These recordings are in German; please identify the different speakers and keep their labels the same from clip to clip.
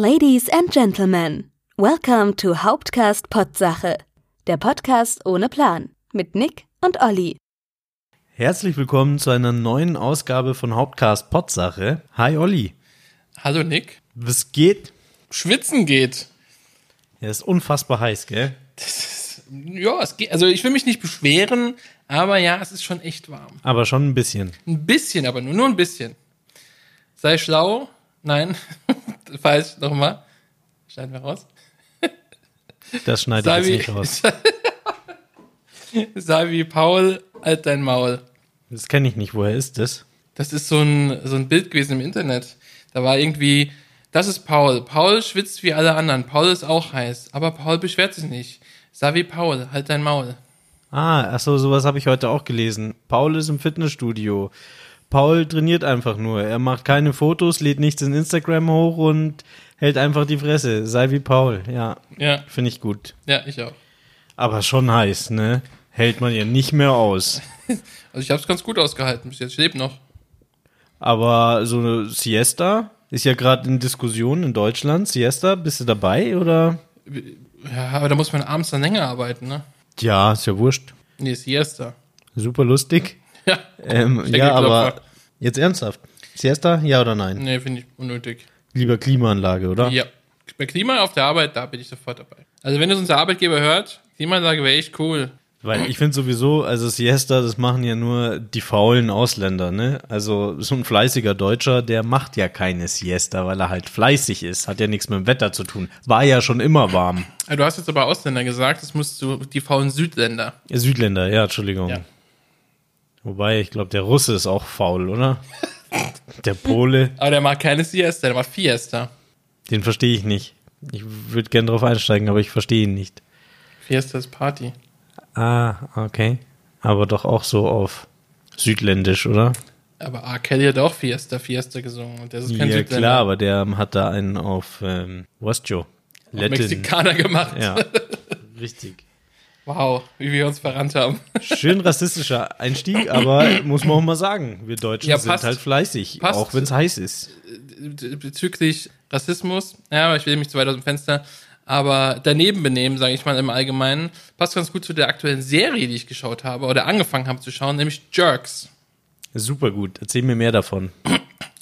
Speaker 1: Ladies and Gentlemen, welcome to Hauptcast Potsache, der Podcast ohne Plan mit Nick und Olli.
Speaker 2: Herzlich willkommen zu einer neuen Ausgabe von Hauptcast Potsache. Hi Olli,
Speaker 3: Hallo Nick.
Speaker 2: was geht?
Speaker 3: Schwitzen geht.
Speaker 2: Ja, ist unfassbar heiß, gell?
Speaker 3: Ja, es geht. Also ich will mich nicht beschweren, aber ja, es ist schon echt warm.
Speaker 2: Aber schon ein bisschen.
Speaker 3: Ein bisschen, aber nur, nur ein bisschen. Sei schlau. Nein. Falsch, nochmal. Schneiden wir raus.
Speaker 2: Das schneide
Speaker 3: Sei
Speaker 2: ich
Speaker 3: wie,
Speaker 2: jetzt nicht raus.
Speaker 3: sei wie Paul, alt dein Maul.
Speaker 2: Das kenne ich nicht. Woher ist das?
Speaker 3: Das ist so ein, so ein Bild gewesen im Internet. Da war irgendwie, das ist Paul. Paul schwitzt wie alle anderen. Paul ist auch heiß. Aber Paul beschwert sich nicht. Sei wie Paul, halt dein Maul.
Speaker 2: Ah, achso, sowas habe ich heute auch gelesen. Paul ist im Fitnessstudio. Paul trainiert einfach nur. Er macht keine Fotos, lädt nichts in Instagram hoch und hält einfach die Fresse. Sei wie Paul. Ja,
Speaker 3: Ja,
Speaker 2: finde ich gut.
Speaker 3: ja, ich auch.
Speaker 2: Aber schon heiß, ne? Hält man ja nicht mehr aus.
Speaker 3: Also ich habe es ganz gut ausgehalten bis jetzt. Ich lebe noch.
Speaker 2: Aber so eine Siesta ist ja gerade in Diskussion in Deutschland. Siesta, bist du dabei oder?
Speaker 3: Ja, aber da muss man abends dann länger arbeiten, ne?
Speaker 2: Ja, ist ja wurscht.
Speaker 3: Nee, Siesta.
Speaker 2: Super lustig.
Speaker 3: Ja.
Speaker 2: Ähm, ja,
Speaker 3: Steckelklopfer.
Speaker 2: aber jetzt ernsthaft. Siesta, ja oder nein?
Speaker 3: Nee, finde ich unnötig.
Speaker 2: Lieber Klimaanlage, oder?
Speaker 3: Ja. Bei Klima auf der Arbeit, da bin ich sofort dabei. Also wenn das unser Arbeitgeber hört, Klimaanlage wäre echt cool.
Speaker 2: Weil ich finde sowieso, also Siesta, das machen ja nur die faulen Ausländer, ne? Also so ein fleißiger Deutscher, der macht ja keine Siesta, weil er halt fleißig ist. Hat ja nichts mit dem Wetter zu tun. War ja schon immer warm.
Speaker 3: Also du hast jetzt aber Ausländer gesagt, das musst du, die faulen Südländer.
Speaker 2: Südländer, ja, Entschuldigung.
Speaker 3: Ja.
Speaker 2: Wobei, ich glaube, der Russe ist auch faul, oder? der Pole,
Speaker 3: Aber der macht keine Siesta, der macht Fiesta.
Speaker 2: den verstehe ich nicht. Ich würde gern drauf einsteigen, aber ich verstehe ihn nicht.
Speaker 3: Fiesta ist Party.
Speaker 2: Ah, okay. Aber doch auch so auf Südländisch, oder?
Speaker 3: Aber R. Kelly hat auch Fiesta, Fiesta gesungen. Und das ist
Speaker 2: Ja,
Speaker 3: kein Südländer.
Speaker 2: klar, aber der hat da einen auf ähm, Wastjo.
Speaker 3: Hat
Speaker 2: Lettin.
Speaker 3: Mexikaner gemacht.
Speaker 2: Ja, richtig.
Speaker 3: Wow, wie wir uns verrannt haben.
Speaker 2: Schön rassistischer Einstieg, aber muss man auch mal sagen, wir Deutschen
Speaker 3: Ja,
Speaker 2: sind
Speaker 3: passt.
Speaker 2: halt fleißig,
Speaker 3: Passt.
Speaker 2: auch wenn es heiß ist.
Speaker 3: bezüglich Rassismus, ja, aber ich will mich zu weit aus dem Fenster, aber daneben benehmen, sage ich mal im Allgemeinen, passt ganz gut zu der aktuellen Serie, die ich geschaut habe oder angefangen habe zu schauen, nämlich Jerks.
Speaker 2: Super gut, erzähl mir mehr davon.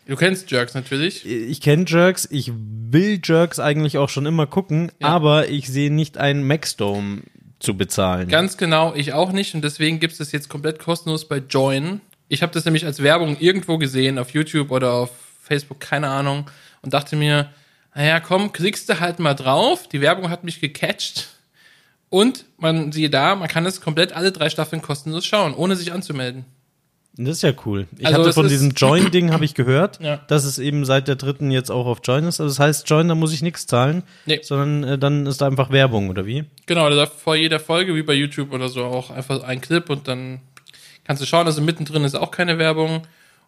Speaker 3: Du kennst Jerks natürlich.
Speaker 2: ich kenne Jerks, ich will Jerks eigentlich auch schon immer gucken,
Speaker 3: Ja.
Speaker 2: aber ich sehe nicht einen Maxdome zu bezahlen.
Speaker 3: Ganz genau, ich auch nicht und deswegen gibt es das jetzt komplett kostenlos bei Join. Ich habe das nämlich als Werbung irgendwo gesehen, auf YouTube oder auf Facebook, keine Ahnung, und dachte mir, naja, komm, klickst du halt mal drauf. Die Werbung hat mich gecatcht. Und man siehe da, man kann es komplett alle drei Staffeln kostenlos schauen, ohne sich anzumelden.
Speaker 2: das ist ja cool. Ich
Speaker 3: Also
Speaker 2: hatte
Speaker 3: es
Speaker 2: von
Speaker 3: ist-
Speaker 2: diesem Join-Ding habe ich gehört,
Speaker 3: Ja.
Speaker 2: dass es eben seit der dritten jetzt auch auf Join ist. Also das heißt, Join, da muss ich nichts zahlen,
Speaker 3: Nee.
Speaker 2: sondern äh, dann ist da einfach Werbung, oder wie?
Speaker 3: Genau, da läuft vor jeder Folge, wie bei YouTube oder so, auch einfach ein Clip und dann kannst du schauen. Also mittendrin ist auch keine Werbung.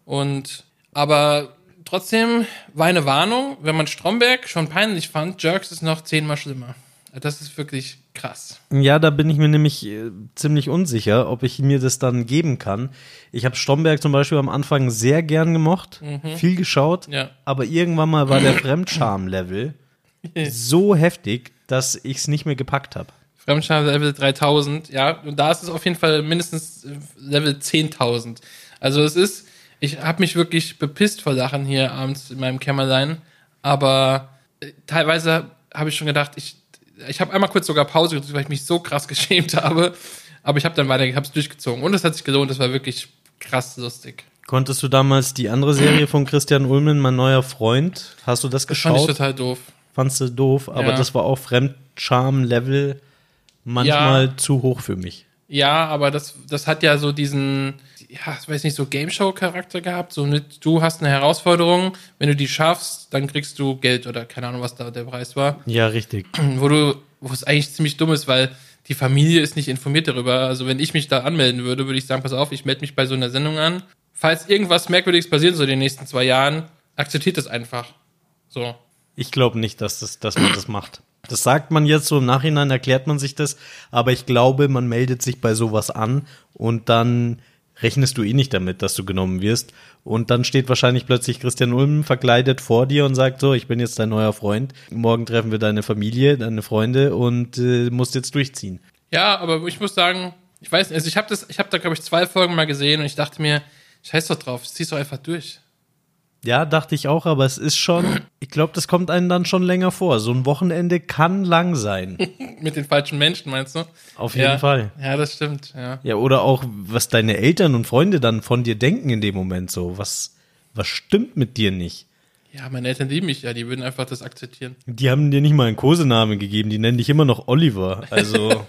Speaker 3: Und aber trotzdem war eine Warnung, wenn man Stromberg schon peinlich fand, Jerks ist noch zehnmal schlimmer. Das ist wirklich krass.
Speaker 2: Ja, da bin ich mir nämlich äh, ziemlich unsicher, ob ich mir das dann geben kann. Ich habe Stromberg zum Beispiel am Anfang sehr gern gemocht, viel geschaut,
Speaker 3: Mhm. Ja.
Speaker 2: aber irgendwann mal war der Fremdscham-Level so heftig, dass ich es nicht mehr gepackt habe.
Speaker 3: Fremdscham Level 3000, ja, und da ist es auf jeden Fall mindestens äh, Level 10.000. Also es ist, ich habe mich wirklich bepisst vor Lachen hier abends in meinem Kämmerlein, aber äh, teilweise habe ich schon gedacht, ich, ich habe einmal kurz sogar Pause gedrückt, weil ich mich so krass geschämt habe, aber ich habe dann weiter, habe es durchgezogen und es hat sich gelohnt, das war wirklich krass lustig.
Speaker 2: Konntest du damals die andere Serie von Christian Ulmen, mein neuer Freund, hast du das
Speaker 3: Fand ich
Speaker 2: geschaut?
Speaker 3: total doof.
Speaker 2: Fandst du doof, aber
Speaker 3: Ja.
Speaker 2: das war auch Fremdscham-Level manchmal zu hoch für mich.
Speaker 3: Ja, aber das, das hat ja so diesen, ja, ich weiß nicht, so Game Show Charakter gehabt. So mit, du hast eine Herausforderung, wenn du die schaffst, dann kriegst du Geld oder keine Ahnung, was da der Preis war.
Speaker 2: Ja, richtig.
Speaker 3: Wo du, wo es eigentlich ziemlich dumm ist, weil die Familie ist nicht informiert darüber. Also wenn ich mich da anmelden würde, würde ich sagen, pass auf, ich melde mich bei so einer Sendung an. Falls irgendwas Merkwürdiges passiert so in den nächsten zwei Jahren, akzeptiert das einfach. So.
Speaker 2: Ich glaube nicht, dass, das, dass man das macht. Das sagt man jetzt so im Nachhinein, erklärt man sich das, aber ich glaube, man meldet sich bei sowas an und dann rechnest du eh nicht damit, dass du genommen wirst. Und dann steht wahrscheinlich plötzlich Christian Ulm verkleidet vor dir und sagt so, ich bin jetzt dein neuer Freund, morgen treffen wir deine Familie, deine Freunde und äh, musst jetzt durchziehen.
Speaker 3: Ja, aber ich muss sagen, ich weiß nicht, also ich habe das, ich habe da glaube ich zwei Folgen mal gesehen und ich dachte mir, scheiß doch drauf, zieh's doch einfach durch.
Speaker 2: Ja, dachte ich auch, aber es ist schon, ich glaube, das kommt einem dann schon länger vor. So ein Wochenende kann lang sein.
Speaker 3: Mit den falschen Menschen, meinst du?
Speaker 2: Auf jeden
Speaker 3: ja.
Speaker 2: Fall.
Speaker 3: Ja, das stimmt, ja.
Speaker 2: Ja, oder auch, was deine Eltern und Freunde dann von dir denken in dem Moment so. Was, was stimmt mit dir nicht?
Speaker 3: Ja, meine Eltern lieben mich ja, die würden einfach das akzeptieren.
Speaker 2: Die haben dir nicht mal einen Kosenamen gegeben, die nennen dich immer noch Oliver. Also,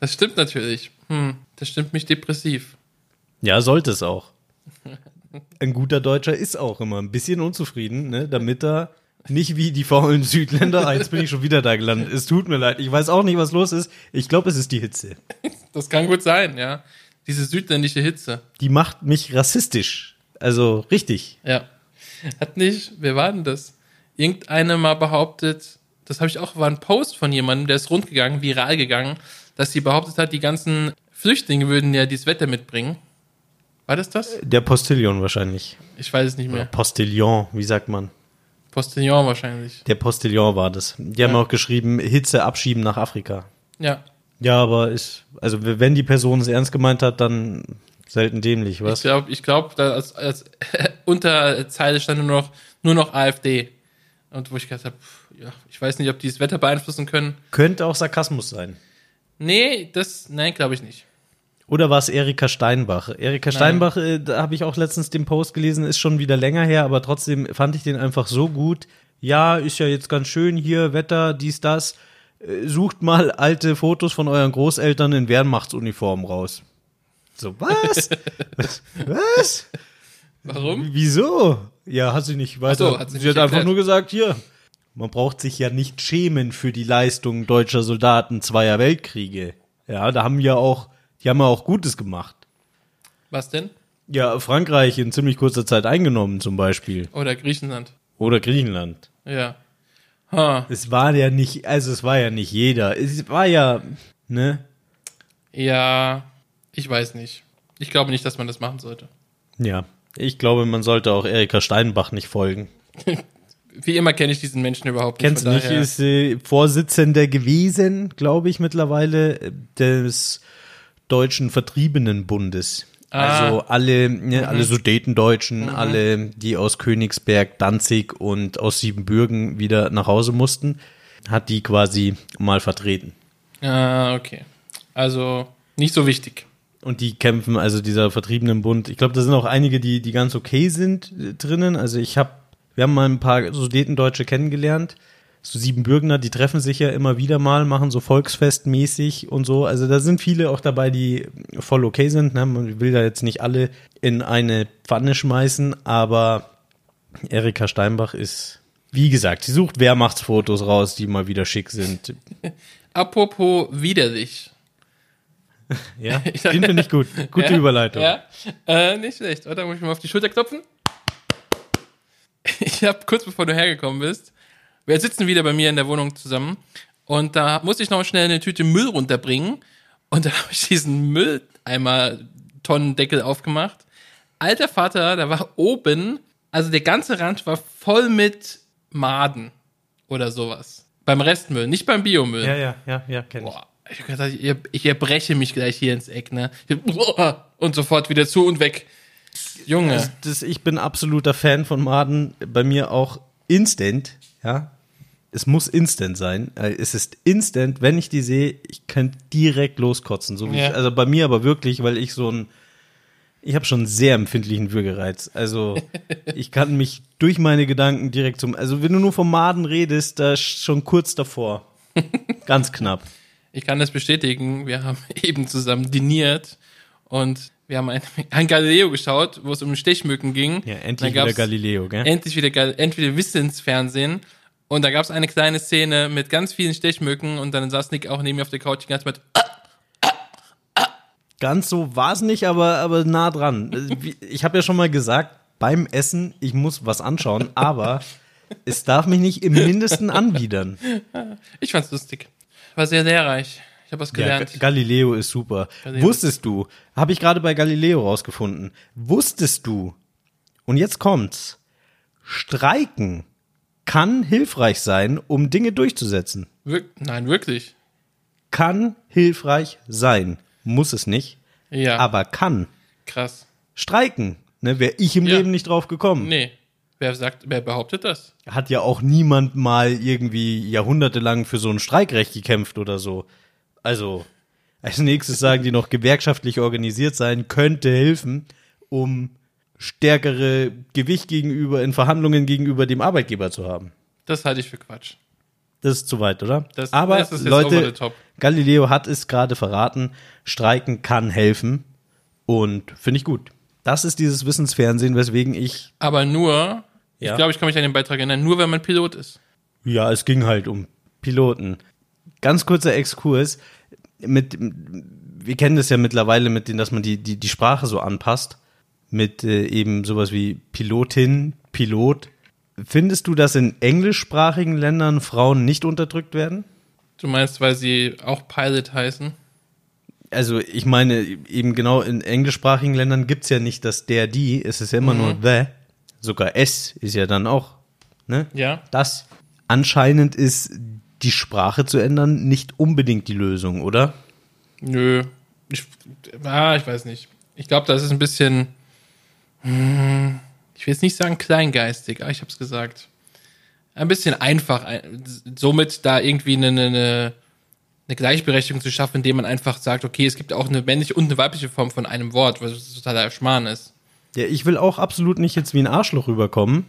Speaker 3: Das stimmt natürlich. Hm, das stimmt mich depressiv.
Speaker 2: ja, sollte es auch. Ein guter Deutscher ist auch immer ein bisschen unzufrieden, ne, damit er nicht wie die faulen Südländer, ah, jetzt bin ich schon wieder da gelandet. Es tut mir leid, ich weiß auch nicht, was los ist. Ich glaube, es ist die Hitze.
Speaker 3: Das kann gut sein, ja. Diese südländische Hitze.
Speaker 2: Die macht mich rassistisch. Also, richtig.
Speaker 3: Ja. Hat nicht, wer war denn das? Irgendeine mal behauptet, das habe ich auch, war ein Post von jemandem, der ist rundgegangen, viral gegangen, dass sie behauptet hat, die ganzen Flüchtlinge würden ja dieses Wetter mitbringen. War das das?
Speaker 2: Der Postillon wahrscheinlich.
Speaker 3: Ich weiß es nicht mehr.
Speaker 2: Postillon, wie sagt man?
Speaker 3: Postillon wahrscheinlich.
Speaker 2: Der Postillon war das. Die haben
Speaker 3: Ja.
Speaker 2: auch geschrieben, Hitze abschieben nach Afrika.
Speaker 3: Ja.
Speaker 2: Ja, aber ist, also wenn die Person es ernst gemeint hat, dann selten dämlich,
Speaker 3: Ich
Speaker 2: was?
Speaker 3: glaube, ich glaub, da als, als Unterzeile stand nur noch, nur noch AfD. Und wo ich gedacht habe, ja, ich weiß nicht, ob die das Wetter beeinflussen können.
Speaker 2: Könnte auch Sarkasmus sein.
Speaker 3: Nee, das, nein, glaube ich nicht.
Speaker 2: Oder war es Erika Steinbach? Erika Steinbach, äh, da habe ich auch letztens den Post gelesen, ist schon wieder länger her, aber trotzdem fand ich den einfach so gut. Ja, ist ja jetzt ganz schön hier, Wetter, dies, das. Äh, Sucht mal alte Fotos von euren Großeltern in Wehrmachtsuniform raus. So, was? was? Was?
Speaker 3: Warum?
Speaker 2: Wieso? Ja, hat sie nicht weiter.
Speaker 3: Ach so, hat sie
Speaker 2: sie
Speaker 3: nicht
Speaker 2: hat einfach
Speaker 3: erklärt.
Speaker 2: nur gesagt, hier. Man braucht sich ja nicht schämen für die Leistungen deutscher Soldaten zweier Weltkriege. Ja, da haben ja auch, die haben ja auch Gutes gemacht.
Speaker 3: Was denn?
Speaker 2: Ja, Frankreich in ziemlich kurzer Zeit eingenommen zum Beispiel.
Speaker 3: Oder Oh, Griechenland.
Speaker 2: Oder Griechenland.
Speaker 3: Ja. Ha.
Speaker 2: Es war ja nicht, also es war ja nicht jeder. Es war ja, ne?
Speaker 3: Ja, ich weiß nicht. Ich glaube nicht, dass man das machen sollte.
Speaker 2: Ja. Ich glaube, man sollte auch Erika Steinbach nicht folgen.
Speaker 3: Wie immer kenne ich diesen Menschen überhaupt nicht.
Speaker 2: Kennst du
Speaker 3: von
Speaker 2: nicht,
Speaker 3: daher-
Speaker 2: ist äh, Vorsitzender gewesen, glaube ich, mittlerweile äh, des Deutschen Vertriebenenbundes.
Speaker 3: Ah. Mhm.
Speaker 2: Also alle, ne, alle Sudetendeutschen, alle, die aus Königsberg, Danzig und aus Siebenbürgen wieder nach Hause mussten, hat die quasi mal vertreten.
Speaker 3: Ah, okay. Also, nicht so wichtig.
Speaker 2: Und die kämpfen, also dieser vertriebenen Bund. Ich glaube, da sind auch einige, die, die ganz okay sind äh, drinnen. Also ich habe, wir haben mal ein paar Sudetendeutsche kennengelernt. So Siebenbürgener, die treffen sich ja immer wieder mal, machen so volksfestmäßig und so. Also da sind viele auch dabei, die voll okay sind. Ne? Man will da jetzt nicht alle in eine Pfanne schmeißen, aber Erika Steinbach ist, wie gesagt, sie sucht Wehrmachtsfotos raus, die mal wieder schick sind.
Speaker 3: Apropos widerlich.
Speaker 2: Ja, den finde ich gut. Gute
Speaker 3: Ja,
Speaker 2: Überleitung.
Speaker 3: Ja, äh, nicht schlecht, oder? Muss ich mir mal auf die Schulter klopfen? Ich habe kurz bevor du hergekommen bist, wir sitzen wieder bei mir in der Wohnung zusammen und da musste ich noch schnell eine Tüte Müll runterbringen und da habe ich diesen Mülleimer Tonnendeckel aufgemacht. Alter Vater, da war oben, also der ganze Rand war voll mit Maden oder sowas. Beim Restmüll, nicht beim Biomüll.
Speaker 2: Ja, ja, ja, ja, kenn ich.
Speaker 3: Boah, ich hab gedacht, ich, ich erbreche mich gleich hier ins Eck, ne? Boah, Und sofort wieder zu und weg. Junge.
Speaker 2: das, ich bin absoluter Fan von Maden. Bei mir auch instant, ja. Es muss instant sein. Äh, Es ist instant, wenn ich die sehe, ich könnte direkt loskotzen. So wie
Speaker 3: Ja.
Speaker 2: ich, also bei mir aber wirklich, weil ich so ein, ich habe schon einen sehr empfindlichen Würgereiz. Also ich kann mich durch meine Gedanken direkt zum, also wenn du nur von Maden redest, da sch- schon kurz davor. Ganz knapp.
Speaker 3: Ich kann das bestätigen. Wir haben eben zusammen diniert und wir haben ein, ein Galileo geschaut, wo es um Stechmücken ging.
Speaker 2: Ja,
Speaker 3: Da
Speaker 2: endlich wieder
Speaker 3: gab's-
Speaker 2: Galileo, gell?
Speaker 3: Endlich wieder, Gal- entweder Wissensfernsehen. Und da gab es eine kleine Szene mit ganz vielen Stechmücken und dann saß Nick auch neben mir auf der Couch die ganze Zeit. "Ah,
Speaker 2: Ganz so war es nicht, aber, aber nah dran. Äh, wie- Ich habe ja schon mal gesagt, beim Essen, ich muss was anschauen, aber es darf mich nicht im Mindesten anwidern.
Speaker 3: Ich fand's lustig. War sehr lehrreich. Ich habe was
Speaker 2: Ja,
Speaker 3: gelernt.
Speaker 2: Ga- Galileo ist super.
Speaker 3: Galileo.
Speaker 2: Wusstest du, habe ich gerade bei Galileo rausgefunden, wusstest du, und jetzt kommt's, Streiken kann hilfreich sein, um Dinge durchzusetzen.
Speaker 3: Wir Nein, wirklich.
Speaker 2: Kann hilfreich sein. Muss es nicht,
Speaker 3: Ja,
Speaker 2: aber kann.
Speaker 3: krass.
Speaker 2: Streiken, ne, wäre ich im
Speaker 3: Ja.
Speaker 2: Leben nicht drauf gekommen.
Speaker 3: Nee. Wer sagt, wer behauptet das?
Speaker 2: Hat ja auch niemand mal irgendwie jahrhundertelang für so ein Streikrecht gekämpft oder so. Also, als nächstes sagen die noch, gewerkschaftlich organisiert sein könnte helfen, um stärkere Gewicht gegenüber in Verhandlungen gegenüber dem Arbeitgeber zu haben.
Speaker 3: Das halte ich für Quatsch.
Speaker 2: Das ist zu weit, oder?
Speaker 3: Das-
Speaker 2: Aber
Speaker 3: das ist jetzt over the
Speaker 2: Leute,
Speaker 3: top.
Speaker 2: Galileo hat es gerade verraten, streiken kann helfen und finde ich gut. Das ist dieses Wissensfernsehen, weswegen ich
Speaker 3: Aber nur,
Speaker 2: Ja.
Speaker 3: ich glaube, ich kann mich an den Beitrag erinnern, nur wenn man Pilot ist.
Speaker 2: Ja, es ging halt um Piloten. Ganz kurzer Exkurs. Mit, wir kennen das ja mittlerweile mit denen, dass man die, die, die Sprache so anpasst. Mit äh, eben sowas wie Pilotin, Pilot. Findest du, dass in englischsprachigen Ländern Frauen nicht unterdrückt werden?
Speaker 3: Du meinst, weil sie auch Pilot heißen?
Speaker 2: Also ich meine, eben genau in englischsprachigen Ländern gibt's ja nicht das der, die. Es ist ja immer nur the. Sogar es ist ja dann auch, ne?
Speaker 3: Ja.
Speaker 2: Das. Anscheinend ist die Sprache zu ändern nicht unbedingt die Lösung, oder?
Speaker 3: Nö. Ich, ah, ich weiß nicht. Ich glaube, das ist ein bisschen. hm, Ich will jetzt nicht sagen kleingeistig, aber ich habe es gesagt. Ein bisschen einfach. ein- Somit da irgendwie eine, eine, eine, eine Gleichberechtigung zu schaffen, indem man einfach sagt, okay, es gibt auch eine männliche und eine weibliche Form von einem Wort, weil es totaler Schmarrn ist.
Speaker 2: Ja, ich will auch absolut nicht jetzt wie ein Arschloch rüberkommen,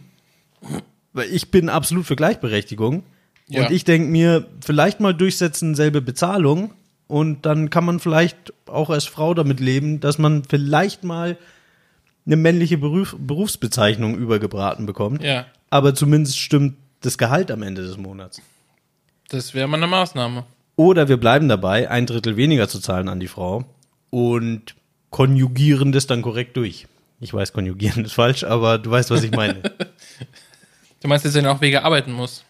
Speaker 2: weil ich bin absolut für Gleichberechtigung.
Speaker 3: Ja.
Speaker 2: Und ich denke mir, vielleicht mal durchsetzen, selbe Bezahlung. Und dann kann man vielleicht auch als Frau damit leben, dass man vielleicht mal eine männliche Beruf Berufsbezeichnung übergebraten bekommt.
Speaker 3: Ja,
Speaker 2: Aber zumindest stimmt das Gehalt am Ende des Monats.
Speaker 3: das wäre mal eine Maßnahme.
Speaker 2: Oder wir bleiben dabei, ein Drittel weniger zu zahlen an die Frau und konjugieren das dann korrekt durch. Ich weiß, konjugieren ist falsch, aber du weißt, was ich meine.
Speaker 3: Du meinst, dass er dann auch weniger arbeiten muss?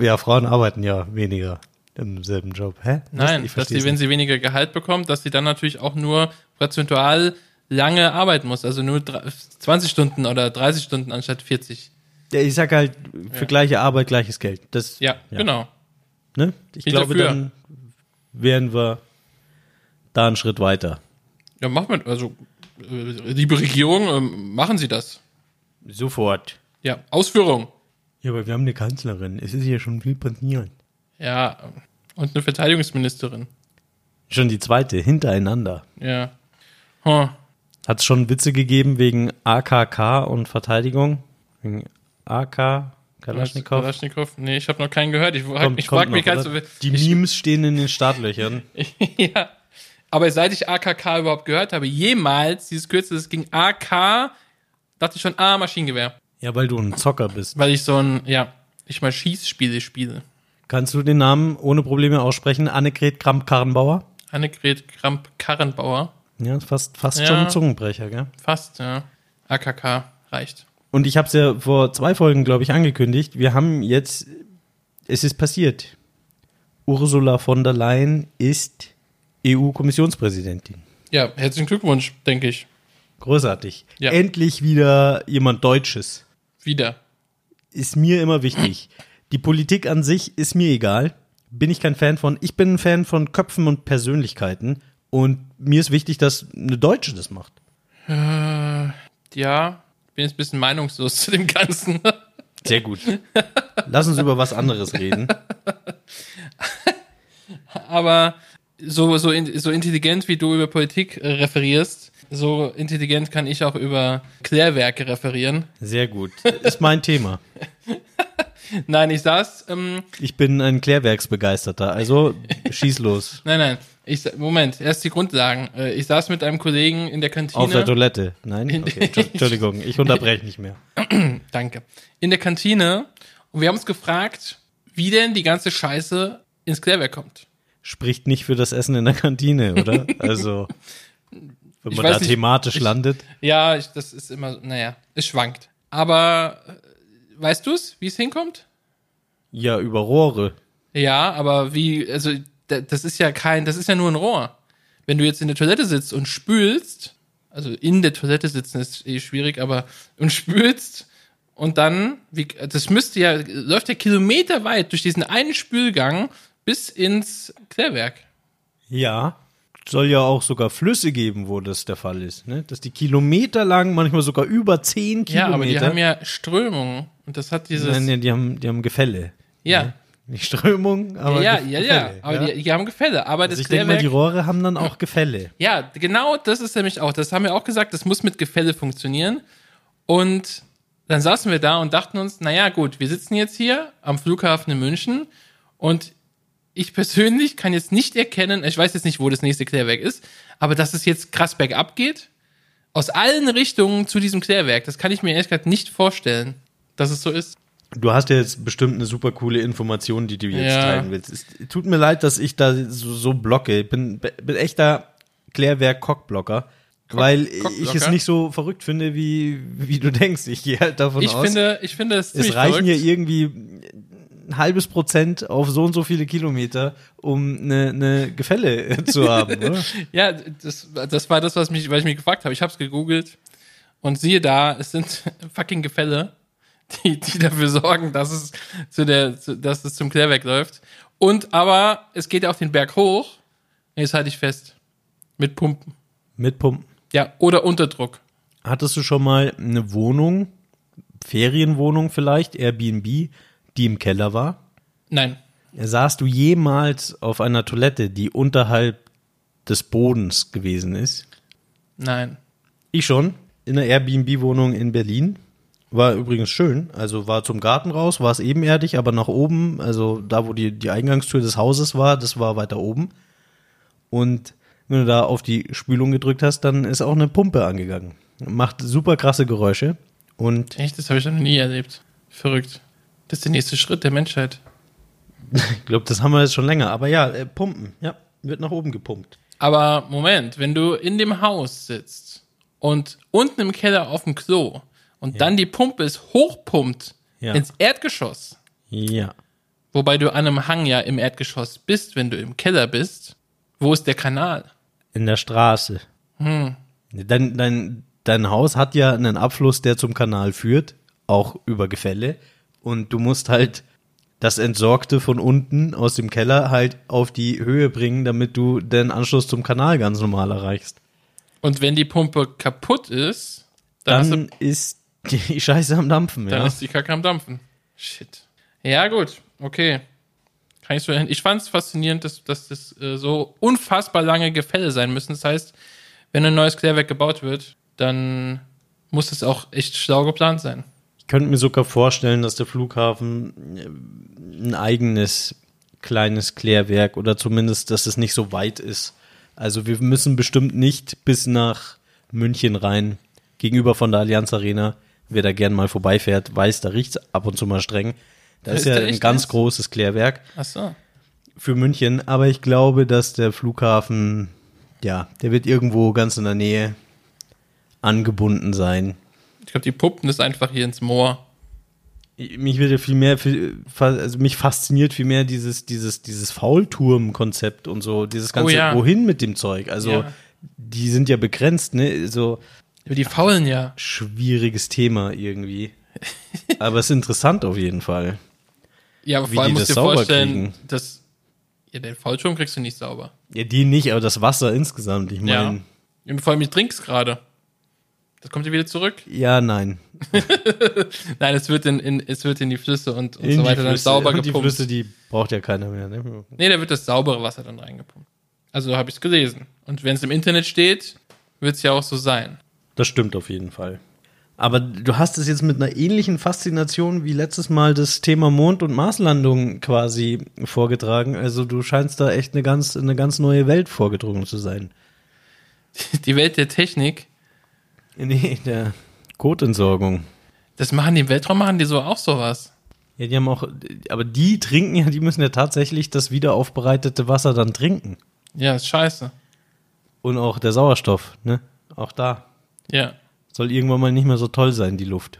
Speaker 2: ja, Frauen arbeiten ja weniger im selben Job. Hä? Was?
Speaker 3: Nein,
Speaker 2: Ich
Speaker 3: dass
Speaker 2: versteh's
Speaker 3: sie, wenn
Speaker 2: nicht.
Speaker 3: sie weniger Gehalt bekommt, dass sie dann natürlich auch nur prozentual lange arbeiten muss. Also nur dr- 20 Stunden oder 30 Stunden anstatt 40.
Speaker 2: ja, ich sag halt, für gleiche Arbeit gleiches Geld. Das,
Speaker 3: Ja, genau.
Speaker 2: Ne? Ich
Speaker 3: Bin
Speaker 2: glaube,
Speaker 3: dafür.
Speaker 2: dann wären wir da einen Schritt weiter.
Speaker 3: Ja, machen wir, also, äh, liebe Regierung, ähm, machen Sie das.
Speaker 2: Sofort.
Speaker 3: Ja, Ausführung.
Speaker 2: Ja, aber wir haben eine Kanzlerin. Es ist ja schon viel passiert.
Speaker 3: Ja, und eine Verteidigungsministerin.
Speaker 2: Schon die zweite, hintereinander.
Speaker 3: Ja. Hm.
Speaker 2: Hat es schon Witze gegeben wegen AKK und Verteidigung? Wegen AK, Kalaschnikow?
Speaker 3: Kalaschnikow? Nee, ich habe noch keinen gehört. Ich, frag-
Speaker 2: Kommt-
Speaker 3: ich
Speaker 2: kommt
Speaker 3: frage mich
Speaker 2: noch,
Speaker 3: ganz
Speaker 2: oder?
Speaker 3: so-
Speaker 2: Die Memes stehen in den Startlöchern.
Speaker 3: ja. Aber seit ich AKK überhaupt gehört habe, jemals dieses Kürzel, es ging AK, dachte ich schon, ah, Maschinengewehr.
Speaker 2: ja, weil du ein Zocker bist.
Speaker 3: Weil ich so ein, ja, ich mal Schießspiele spiele.
Speaker 2: Kannst du den Namen ohne Probleme aussprechen? Annegret Kramp-Karrenbauer?
Speaker 3: Annegret Kramp-Karrenbauer.
Speaker 2: Ja, ist fast, fast
Speaker 3: Ja.
Speaker 2: schon ein Zungenbrecher, gell?
Speaker 3: Fast, ja. AKK reicht.
Speaker 2: Und ich habe es ja vor zwei Folgen, glaube ich, angekündigt. Wir haben jetzt, es ist passiert. Ursula von der Leyen ist E EU-Kommissionspräsidentin.
Speaker 3: Ja, herzlichen Glückwunsch, denke ich.
Speaker 2: Großartig.
Speaker 3: Ja.
Speaker 2: Endlich wieder jemand Deutsches.
Speaker 3: Wieder.
Speaker 2: ist mir immer wichtig. Die Politik an sich ist mir egal. Bin ich kein Fan von. Ich bin ein Fan von Köpfen und Persönlichkeiten. Und mir ist wichtig, dass eine Deutsche das macht.
Speaker 3: Ja, bin jetzt ein bisschen meinungslos zu dem Ganzen.
Speaker 2: Sehr gut. Lass uns über was anderes reden.
Speaker 3: aber so, so, in, so intelligent wie du über Politik äh, referierst, so intelligent kann ich auch über Klärwerke referieren.
Speaker 2: Sehr gut. Ist mein Thema.
Speaker 3: Nein, ich saß, ähm,
Speaker 2: Ich bin ein Klärwerksbegeisterter. Also schieß los.
Speaker 3: nein, nein, ich, sa- Moment, erst die Grundlagen. Äh, Ich saß mit einem Kollegen in der Kantine.
Speaker 2: Auf der Toilette. Nein? Okay. Entschu- Entschuldigung, ich unterbreche nicht mehr.
Speaker 3: Danke. In der Kantine und wir haben uns gefragt, wie denn die ganze Scheiße ins Klärwerk kommt.
Speaker 2: Spricht nicht für das Essen in der Kantine, oder? Also, wenn
Speaker 3: Ich
Speaker 2: man
Speaker 3: weiß
Speaker 2: da
Speaker 3: nicht.
Speaker 2: thematisch landet.
Speaker 3: Ja, ich, das ist immer, naja, es schwankt. Aber äh, weißt du es, wie es hinkommt?
Speaker 2: Ja, über Rohre.
Speaker 3: Ja, aber wie, also da- das ist ja kein, das ist ja nur ein Rohr. Wenn du jetzt in der Toilette sitzt und spülst, also in der Toilette sitzen ist eh schwierig, aber und spülst und dann, wie, das müsste ja, läuft ja kilometerweit durch diesen einen Spülgang bis ins Klärwerk.
Speaker 2: Ja. Soll ja auch sogar Flüsse geben, wo das der Fall ist, ne? Dass die Kilometer lang, manchmal sogar über 10 Kilometer.
Speaker 3: Ja, aber die haben ja Strömungen und das hat dieses.
Speaker 2: Nein, nee, die haben, die haben Gefälle.
Speaker 3: ja,
Speaker 2: Nicht Strömung, aber.
Speaker 3: ja,
Speaker 2: Gef-
Speaker 3: ja, ja,
Speaker 2: Gefälle,
Speaker 3: aber Die, die haben Gefälle. Aber
Speaker 2: also
Speaker 3: das
Speaker 2: ich denke mal,
Speaker 3: Klärwerk,
Speaker 2: die Rohre haben dann auch Gefälle.
Speaker 3: ja, genau das ist nämlich auch. Das haben wir auch gesagt, das muss mit Gefälle funktionieren. Und dann saßen wir da und dachten uns, naja, gut, wir sitzen jetzt hier am Flughafen in München und ich persönlich kann jetzt nicht erkennen, ich weiß jetzt nicht, wo das nächste Klärwerk ist, aber dass es jetzt krass bergab geht, aus allen Richtungen zu diesem Klärwerk, das kann ich mir ehrlich gesagt nicht vorstellen, dass es so ist.
Speaker 2: Du hast ja jetzt bestimmt eine super coole Information, die du jetzt
Speaker 3: Ja.
Speaker 2: teilen willst. Es tut mir leid, dass ich da so, so blocke. Ich bin, bin echter Klärwerk-Cockblocker, weil ich es
Speaker 3: Cockblocker?
Speaker 2: nicht so verrückt finde, wie, wie du denkst. Ich gehe halt davon
Speaker 3: Ich
Speaker 2: aus.
Speaker 3: finde, ich finde es ziemlich
Speaker 2: es reichen
Speaker 3: verrückt.
Speaker 2: ja irgendwie ein halbes Prozent auf so und so viele Kilometer, um eine, eine Gefälle zu haben. Oder?
Speaker 3: Ja, das, das war das, was, mich, was ich mich gefragt habe. Ich habe es gegoogelt und siehe da, es sind fucking Gefälle, die, die dafür sorgen, dass es, zu der, zu, dass es zum Klärwerk läuft. Und aber es geht ja auf den Berg hoch. Jetzt halte ich fest. Mit Pumpen.
Speaker 2: Mit Pumpen.
Speaker 3: Ja, oder Unterdruck.
Speaker 2: Hattest du schon mal eine Wohnung, Ferienwohnung vielleicht, Airbnb, die im Keller war?
Speaker 3: Nein.
Speaker 2: Saßt du jemals auf einer Toilette, die unterhalb des Bodens gewesen ist?
Speaker 3: Nein.
Speaker 2: Ich schon. In einer Airbnb-Wohnung in Berlin. War übrigens schön. Also war zum Garten raus, war es ebenerdig, aber nach oben, also da, wo die, die Eingangstür des Hauses war, das war weiter oben. Und wenn du da auf die Spülung gedrückt hast, dann ist auch eine Pumpe angegangen. Macht super krasse Geräusche. Und
Speaker 3: Echt, das habe ich noch nie erlebt. Verrückt. Das ist der nächste Schritt der Menschheit.
Speaker 2: ich glaube, das haben wir jetzt schon länger. Aber ja, äh, Pumpen, ja, wird nach oben gepumpt.
Speaker 3: Aber Moment, wenn du in dem Haus sitzt und unten im Keller auf dem Klo und dann die Pumpe ist hochpumpt
Speaker 2: Ja.
Speaker 3: ins Erdgeschoss,
Speaker 2: Ja.
Speaker 3: wobei du an einem Hang ja im Erdgeschoss bist, wenn du im Keller bist, wo ist der Kanal?
Speaker 2: In der Straße.
Speaker 3: Hm.
Speaker 2: Dein, dein, dein Haus hat ja einen Abfluss, der zum Kanal führt, auch über Gefälle. Und du musst halt das Entsorgte von unten aus dem Keller halt auf die Höhe bringen, damit du den Anschluss zum Kanal ganz normal erreichst.
Speaker 3: Und wenn die Pumpe kaputt ist, dann,
Speaker 2: Dann
Speaker 3: hast du,
Speaker 2: ist die Scheiße am Dampfen,
Speaker 3: dann
Speaker 2: ja.
Speaker 3: ist die Kacke am Dampfen. Shit. Ja, gut, okay. Kann ich so hin. Ich fand es faszinierend, dass, dass das äh, so unfassbar lange Gefälle sein müssen. Das heißt, wenn ein neues Klärwerk gebaut wird, dann muss es auch echt schlau geplant sein.
Speaker 2: Ich könnte mir sogar vorstellen, dass der Flughafen äh, ein eigenes kleines Klärwerk oder zumindest, dass es nicht so weit ist. Also wir müssen bestimmt nicht bis nach München rein. Gegenüber von der Allianz Arena, wer da gern mal vorbeifährt, weiß, da riecht es ab und zu mal streng. Da ist,
Speaker 3: ist
Speaker 2: ja
Speaker 3: der
Speaker 2: ein
Speaker 3: echt
Speaker 2: ganz
Speaker 3: nass?
Speaker 2: großes Klärwerk
Speaker 3: Ach so.
Speaker 2: für München, aber ich glaube, dass der Flughafen, ja, der wird irgendwo ganz in der Nähe angebunden sein.
Speaker 3: Ich glaube, die pumpen das einfach hier ins Moor.
Speaker 2: Ich- mich wird ja viel mehr, viel, fa- also mich fasziniert viel mehr dieses, dieses, dieses Faulturm-Konzept und so, dieses ganze
Speaker 3: Oh ja.
Speaker 2: Wohin mit dem Zeug. Also,
Speaker 3: Ja.
Speaker 2: die sind ja begrenzt, ne? So
Speaker 3: Aber die faulen ja.
Speaker 2: schwieriges Thema irgendwie. Aber es ist interessant auf jeden Fall.
Speaker 3: Ja, aber
Speaker 2: Wie
Speaker 3: vor allem
Speaker 2: die
Speaker 3: musst du
Speaker 2: das
Speaker 3: dir
Speaker 2: sauber
Speaker 3: vorstellen,
Speaker 2: kriegen.
Speaker 3: dass. Ja, den Faulturm kriegst du nicht sauber.
Speaker 2: Ja, die nicht, aber das Wasser insgesamt. Ich meine,
Speaker 3: Ja. Und vor allem, ich trink's gerade. Das kommt ja wieder zurück.
Speaker 2: ja. nein.
Speaker 3: Nein, es wird in, in, es wird in die Flüsse und, und
Speaker 2: In
Speaker 3: so
Speaker 2: die
Speaker 3: weiter dann
Speaker 2: Flüsse.
Speaker 3: sauber
Speaker 2: Und die
Speaker 3: gepumpt.
Speaker 2: Flüsse, die braucht ja keiner mehr. Ne?
Speaker 3: Nee, da wird das saubere Wasser dann reingepumpt. Also habe ich es gelesen. Und wenn es im Internet steht, wird es ja auch so sein.
Speaker 2: Das stimmt auf jeden Fall. Aber du hast es jetzt mit einer ähnlichen Faszination wie letztes Mal das Thema Mond- und Marslandung quasi vorgetragen. Also du scheinst da echt eine ganz, eine ganz neue Welt vorgedrungen zu sein.
Speaker 3: Die Welt der Technik,
Speaker 2: Nee, der Kotentsorgung. das
Speaker 3: das machen die im Weltraum, machen die so auch sowas.
Speaker 2: Ja, die haben auch, aber die trinken ja, die müssen ja tatsächlich das wieder aufbereitete Wasser dann trinken.
Speaker 3: Ja, ist scheiße.
Speaker 2: Und auch der Sauerstoff, ne? Auch da.
Speaker 3: Ja.
Speaker 2: Soll irgendwann mal nicht mehr so toll sein, die Luft.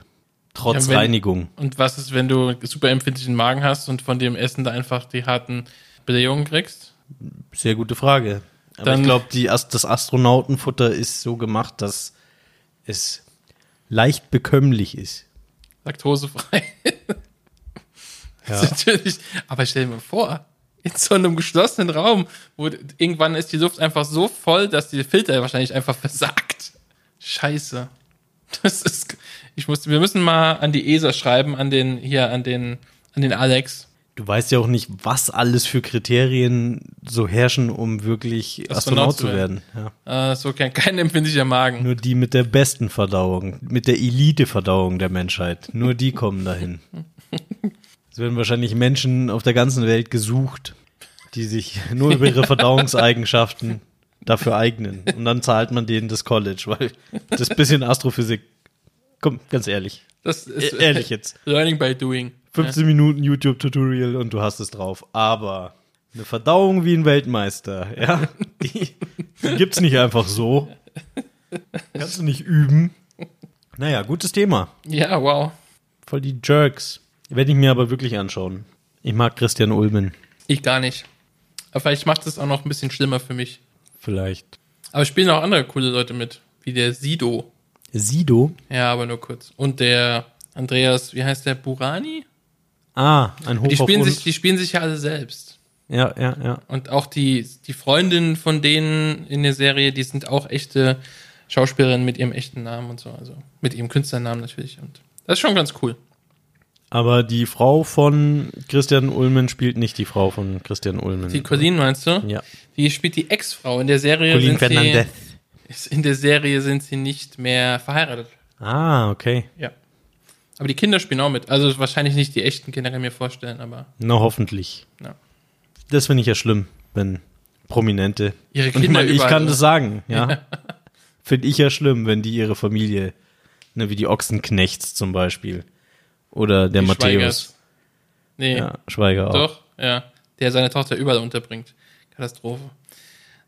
Speaker 2: Trotz
Speaker 3: Ja, wenn-
Speaker 2: Reinigung.
Speaker 3: Und was ist, wenn du einen super empfindlichen Magen hast und von dem Essen da einfach die harten Belegungen kriegst?
Speaker 2: Sehr gute Frage. Aber
Speaker 3: Dann-
Speaker 2: ich glaube, das Astronautenfutter ist so gemacht, dass es leicht bekömmlich ist.
Speaker 3: Laktosefrei.
Speaker 2: Ja.
Speaker 3: Natürlich. Aber stell dir mal vor, in so einem geschlossenen Raum, wo d- irgendwann ist die Luft einfach so voll, dass die Filter wahrscheinlich einfach versagt. Scheiße. Das ist. g- Ich muss, wir müssen mal an die ESA schreiben, an den, hier, an den, an den Alex.
Speaker 2: Du weißt ja auch nicht, was alles für Kriterien so herrschen, um wirklich
Speaker 3: Astronaut
Speaker 2: Astronaut
Speaker 3: zu
Speaker 2: zu werden. Ja.
Speaker 3: Äh, so kein, kein empfindlicher Magen.
Speaker 2: Nur die mit der besten Verdauung, mit der Elite-Verdauung der Menschheit. Nur die kommen dahin. Es werden wahrscheinlich Menschen auf der ganzen Welt gesucht, die sich nur über ihre Verdauungseigenschaften dafür eignen. Und dann zahlt man denen das College, weil das bisschen Astrophysik. Komm, ganz ehrlich.
Speaker 3: Das ist äh,
Speaker 2: E ehrlich jetzt.
Speaker 3: Learning by doing.
Speaker 2: 15 Minuten YouTube-Tutorial und du hast es drauf. Aber eine Verdauung wie ein Weltmeister, ja, die, die gibt's nicht einfach so. Kannst du nicht üben. Naja, gutes Thema.
Speaker 3: Ja, wow.
Speaker 2: Voll die Jerks. Werde ich mir aber wirklich anschauen. Ich mag Christian Ulmen.
Speaker 3: Ich gar nicht. Aber vielleicht macht es auch noch ein bisschen schlimmer für mich.
Speaker 2: Vielleicht.
Speaker 3: Aber spielen auch andere coole Leute mit, wie der Sido.
Speaker 2: Sido.
Speaker 3: Ja, aber nur kurz. Und der Andreas, wie heißt der? Burani?
Speaker 2: Ah, ein Hoch
Speaker 3: Die
Speaker 2: auf
Speaker 3: spielen,
Speaker 2: uns.
Speaker 3: sich, die spielen sich ja alle selbst.
Speaker 2: ja, ja, ja.
Speaker 3: Und auch die, die Freundinnen von denen in der Serie, die sind auch echte Schauspielerinnen mit ihrem echten Namen und so. Also mit ihrem Künstlernamen natürlich. Und das ist schon ganz cool.
Speaker 2: Aber die Frau von Christian Ulmen spielt nicht die Frau von Christian Ulmen.
Speaker 3: Die Colleen meinst du?
Speaker 2: Mhm. Ja.
Speaker 3: Die spielt die Ex-Frau. In der Serie
Speaker 2: Colleen
Speaker 3: sind
Speaker 2: Fernandez.
Speaker 3: sie, in der Serie sind sie nicht mehr verheiratet.
Speaker 2: Ah, okay.
Speaker 3: Ja. Aber die Kinder spielen auch mit. Also wahrscheinlich nicht die echten Kinder, kann ich mir vorstellen, aber
Speaker 2: Na, hoffentlich.
Speaker 3: ja.
Speaker 2: Das finde ich ja schlimm, wenn Prominente.
Speaker 3: Ihre
Speaker 2: Und ich,
Speaker 3: Kinder
Speaker 2: meine, ich
Speaker 3: überall,
Speaker 2: kann
Speaker 3: ne?
Speaker 2: das sagen, ja. finde ich ja schlimm, wenn die ihre Familie, ne, wie die Ochsenknechts zum Beispiel. Oder der
Speaker 3: Die
Speaker 2: Matthäus.
Speaker 3: Schweigers. Nee,
Speaker 2: Ja, Schweiger auch.
Speaker 3: doch, ja. Der seine Tochter überall unterbringt. Katastrophe.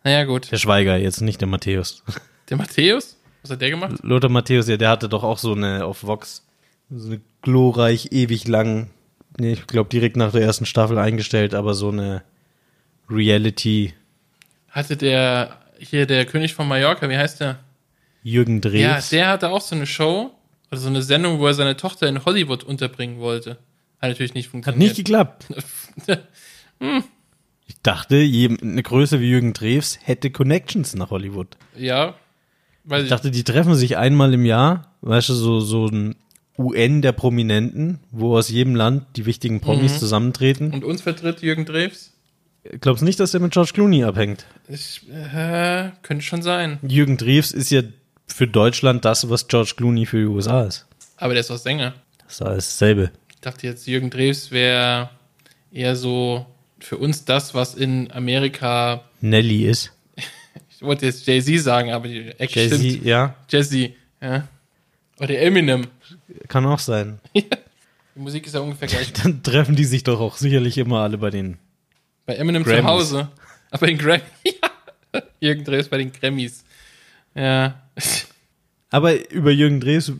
Speaker 3: Naja, gut.
Speaker 2: Der Schweiger, jetzt nicht der Matthäus.
Speaker 3: Der Matthäus? Was hat der gemacht?
Speaker 2: Lothar Matthäus, ja, der hatte doch auch so eine auf Vox, so eine glorreich, ewig lang, nee, ich glaube direkt nach der ersten Staffel eingestellt, aber so eine Reality
Speaker 3: Hatte der hier der König von Mallorca, wie heißt der?
Speaker 2: Jürgen
Speaker 3: Ja,
Speaker 2: Drews.
Speaker 3: der hatte auch so eine Show oder so eine Sendung, wo er seine Tochter in Hollywood unterbringen wollte. Hat natürlich nicht
Speaker 2: Hat nicht
Speaker 3: funktioniert.
Speaker 2: geklappt.
Speaker 3: Hm.
Speaker 2: Ich dachte, jedem- eine Größe wie Jürgen Drews hätte Connections nach Hollywood.
Speaker 3: ja. Weiß
Speaker 2: Ich dachte, die treffen sich einmal im Jahr, weißt du, so, so ein UN der Prominenten, wo aus jedem Land die wichtigen Promis
Speaker 3: Mhm.
Speaker 2: zusammentreten.
Speaker 3: Und uns vertritt Jürgen Drews?
Speaker 2: Glaubst nicht, dass der mit George Clooney abhängt?
Speaker 3: Ich, äh, könnte schon sein.
Speaker 2: Jürgen Drews ist ja für Deutschland das, was George Clooney für die USA ist.
Speaker 3: Aber der ist auch Sänger.
Speaker 2: Das ist alles dasselbe.
Speaker 3: Ich dachte jetzt, Jürgen Drews wäre eher so für uns das, was in Amerika,
Speaker 2: Nelly ist.
Speaker 3: ich wollte jetzt Jay-Z sagen, aber die Ecke
Speaker 2: Jay-Z,
Speaker 3: stimmt.
Speaker 2: ja,
Speaker 3: Jay-Z, ja. Oder Eminem.
Speaker 2: kann auch sein.
Speaker 3: Die Musik ist ja ungefähr gleich.
Speaker 2: Dann treffen die sich doch auch sicherlich immer alle bei den
Speaker 3: Bei Eminem
Speaker 2: Grammys.
Speaker 3: zu Hause. Aber bei den Grammys. ja. Jürgen Drews bei den Grammys. Ja.
Speaker 2: Aber über Jürgen Drees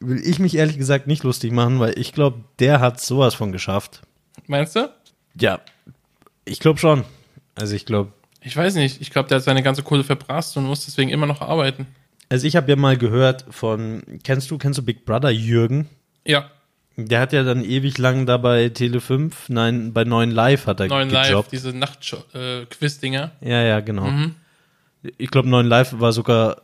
Speaker 2: will ich mich ehrlich gesagt nicht lustig machen, weil ich glaube, der hat sowas von geschafft.
Speaker 3: Meinst du?
Speaker 2: Ja. Ich glaube schon. Also ich glaube,
Speaker 3: Ich weiß nicht. Ich glaube, der hat seine ganze Kohle verbrast und muss deswegen immer noch arbeiten.
Speaker 2: also ich habe ja mal gehört von, kennst du, kennst du Big Brother Jürgen?
Speaker 3: Ja.
Speaker 2: Der hat ja dann ewig lang da bei Tele5, nein, bei 9 Live hat er
Speaker 3: Neuen Live,
Speaker 2: gejobbt.
Speaker 3: diese äh, Nacht-Quiz-Dinger.
Speaker 2: ja, ja, genau. Ich glaube, 9 Live war sogar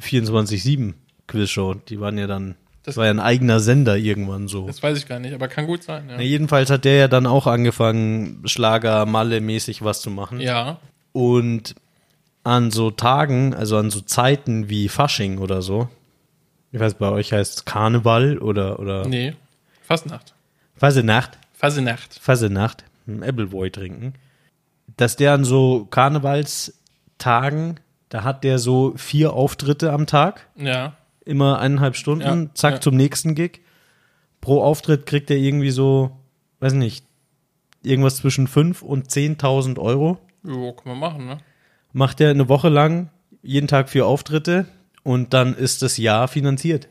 Speaker 2: 24-7 Quizshow. Die waren ja dann,
Speaker 3: Das-
Speaker 2: das war ja ein eigener Sender irgendwann so.
Speaker 3: Das weiß ich gar nicht, aber kann gut sein. Ja.
Speaker 2: Na, jedenfalls hat der ja dann auch angefangen, Schlager-Malle-mäßig was zu machen.
Speaker 3: ja.
Speaker 2: Und an so Tagen, also an so Zeiten wie Fasching oder so, ich weiß, bei euch heißt es Karneval oder, oder
Speaker 3: Nee. Fastnacht.
Speaker 2: Fasenacht,
Speaker 3: Fasenacht.
Speaker 2: Fasenacht, einen hm, Appleboy trinken, dass der an so Karnevalstagen, da hat der so vier Auftritte am Tag,
Speaker 3: Ja.
Speaker 2: immer eineinhalb Stunden,
Speaker 3: Ja,
Speaker 2: zack
Speaker 3: ja.
Speaker 2: zum nächsten Gig. Pro Auftritt kriegt er irgendwie so, weiß nicht, irgendwas zwischen 5 und 10.000 Euro.
Speaker 3: Jo, kann man machen, ne?
Speaker 2: macht er eine Woche lang jeden Tag vier Auftritte und dann ist das Jahr finanziert.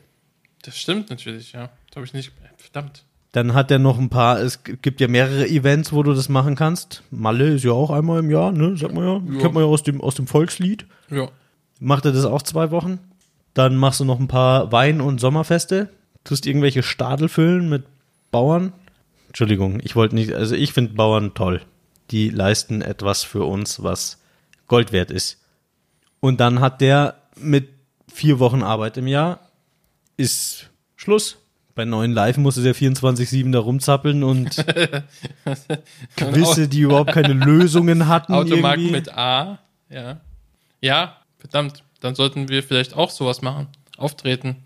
Speaker 3: Das stimmt natürlich, ja. Das habe ich nicht. Verdammt.
Speaker 2: Dann hat er noch ein paar, es gibt ja mehrere Events, wo du das machen kannst. Malle ist ja auch einmal im Jahr, ne? Sagt man ja.
Speaker 3: Ja.
Speaker 2: Kennt man ja aus dem, aus dem Volkslied.
Speaker 3: Ja.
Speaker 2: Macht er das auch zwei Wochen. Dann machst du noch ein paar Wein- und Sommerfeste. Tust irgendwelche Stadel füllen mit Bauern. Entschuldigung, ich wollte nicht, also ich finde Bauern toll. Die leisten etwas für uns, was Gold wert ist. Und dann hat der mit vier Wochen Arbeit im Jahr ist Schluss. Bei neuen Live musste der 24-7 da rumzappeln und Quizze, die überhaupt keine Lösungen hatten.
Speaker 3: Automarkt
Speaker 2: irgendwie.
Speaker 3: mit A. Ja. Ja, verdammt. Dann sollten wir vielleicht auch sowas machen. Auftreten.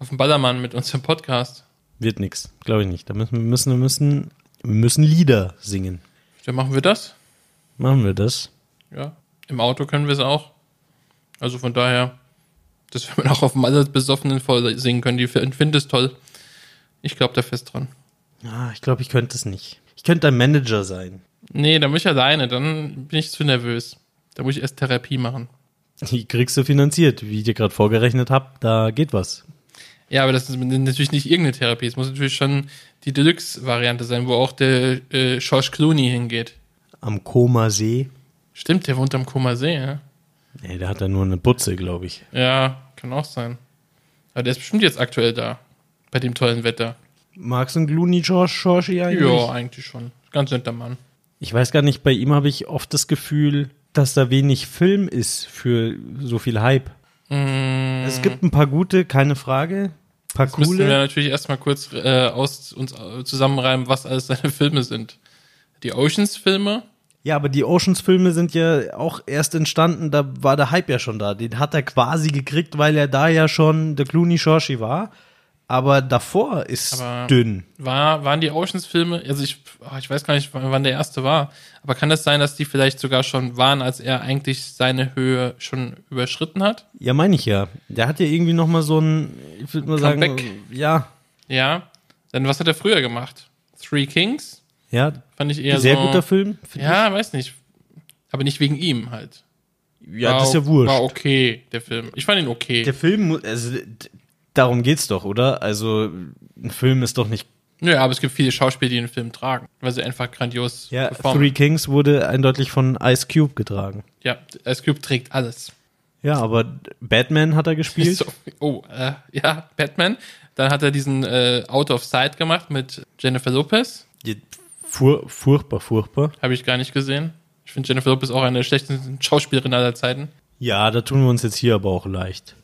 Speaker 3: Auf dem Ballermann mit unserem Podcast.
Speaker 2: Wird nix, glaube ich nicht. Da müssen wir müssen, wir müssen, wir müssen Lieder singen.
Speaker 3: Dann machen wir das.
Speaker 2: Machen wir das.
Speaker 3: Ja. Im Auto können wir es auch. Also von daher, das werden wir auch auf dem alles besoffenen voll singen können. Die finden es toll. Ich glaube da fest dran.
Speaker 2: Ah, ich glaube, ich könnte es nicht. Ich könnte ein Manager sein.
Speaker 3: Nee, da muss ich alleine. Dann bin ich zu nervös. Da muss ich erst Therapie machen.
Speaker 2: Die kriegst du finanziert, wie ich dir gerade vorgerechnet habe. Da geht was.
Speaker 3: Ja, aber das ist natürlich nicht irgendeine Therapie. Es muss natürlich schon die Deluxe-Variante sein, wo auch der äh, George Clooney hingeht.
Speaker 2: Am Komasee.
Speaker 3: Stimmt, der wohnt am Koma See, ja?
Speaker 2: Nee, der hat da nur eine Butze, glaube ich.
Speaker 3: Ja, kann auch sein. Aber der ist bestimmt jetzt aktuell da. Bei dem tollen Wetter.
Speaker 2: Magst du einen Glooney Josh Joshi eigentlich?
Speaker 3: Ja, eigentlich schon. Ganz netter Mann.
Speaker 2: Ich weiß gar nicht, bei ihm habe ich oft das Gefühl, dass da wenig Film ist für so viel Hype. Es gibt ein paar gute, keine Frage. Ein paar
Speaker 3: Jetzt müssen Mhm. wir
Speaker 2: coole.
Speaker 3: natürlich erstmal kurz äh, aus uns äh, zusammenreimen, was alles seine Filme sind. Die Oceans-Filme,
Speaker 2: Ja, aber die Oceans-Filme sind ja auch erst entstanden, da war der Hype ja schon da. Den hat er quasi gekriegt, weil er da ja schon der Clooney Shorshi war. Aber davor ist
Speaker 3: Aber-
Speaker 2: dünn.
Speaker 3: war, waren die Oceans-Filme, also ich, ah, ich weiß gar nicht, wann der erste war, aber kann das sein, dass die vielleicht sogar schon waren, als er eigentlich seine Höhe schon überschritten hat?
Speaker 2: Ja, meine ich ja. Der hat ja irgendwie noch mal so ein, ich würde mal sagen,
Speaker 3: Comeback.
Speaker 2: ja,
Speaker 3: Ja. Dann was hat er früher gemacht? Three Kings?
Speaker 2: ja,
Speaker 3: Fand ich eher
Speaker 2: sehr
Speaker 3: so.
Speaker 2: guter Film. finde
Speaker 3: Ja, weiß nicht. Aber nicht wegen ihm halt.
Speaker 2: ich. ja,
Speaker 3: War
Speaker 2: das ist ja
Speaker 3: o-
Speaker 2: wurscht.
Speaker 3: War okay, der Film. Ich fand ihn okay.
Speaker 2: Der Film, mu- also d- darum geht's doch, oder? Also ein Film ist doch nicht.
Speaker 3: Nö, aber es gibt viele Schauspieler, die den Film tragen, weil sie einfach grandios
Speaker 2: Ja,
Speaker 3: performen.
Speaker 2: Three Kings wurde eindeutig von Ice Cube getragen.
Speaker 3: Ja, Ice Cube trägt alles.
Speaker 2: Ja, aber Batman hat er gespielt.
Speaker 3: So, oh, äh, ja, Batman. Dann hat er diesen äh, Out of Sight gemacht mit Jennifer Lopez.
Speaker 2: Je- Fur, furchtbar, furchtbar.
Speaker 3: Habe ich gar nicht gesehen. Ich finde Jennifer Lopez auch eine der schlechtesten Schauspielerinnen aller Zeiten.
Speaker 2: Ja, da tun wir uns jetzt hier aber auch leicht.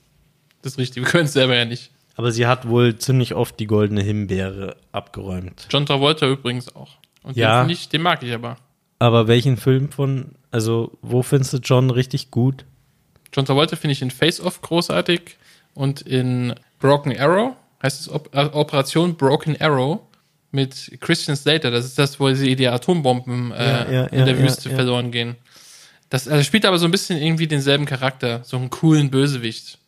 Speaker 3: Das ist richtig. Wir können es selber ja nicht.
Speaker 2: Aber sie hat wohl ziemlich oft die goldene Himbeere abgeräumt.
Speaker 3: John Travolta übrigens auch. Und
Speaker 2: Ja.
Speaker 3: den, find ich, den mag ich aber.
Speaker 2: Aber welchen Film von, also wo findest du John richtig gut?
Speaker 3: John Travolta finde ich in Face Off großartig und in Broken Arrow heißt es Op äh, Operation Broken Arrow mit Christian Slater. Das ist das, wo sie die Atombomben äh,
Speaker 2: Ja, ja, ja,
Speaker 3: in der
Speaker 2: ja,
Speaker 3: Wüste
Speaker 2: ja.
Speaker 3: verloren gehen. Das also spielt aber so ein bisschen irgendwie denselben Charakter, so einen coolen Bösewicht.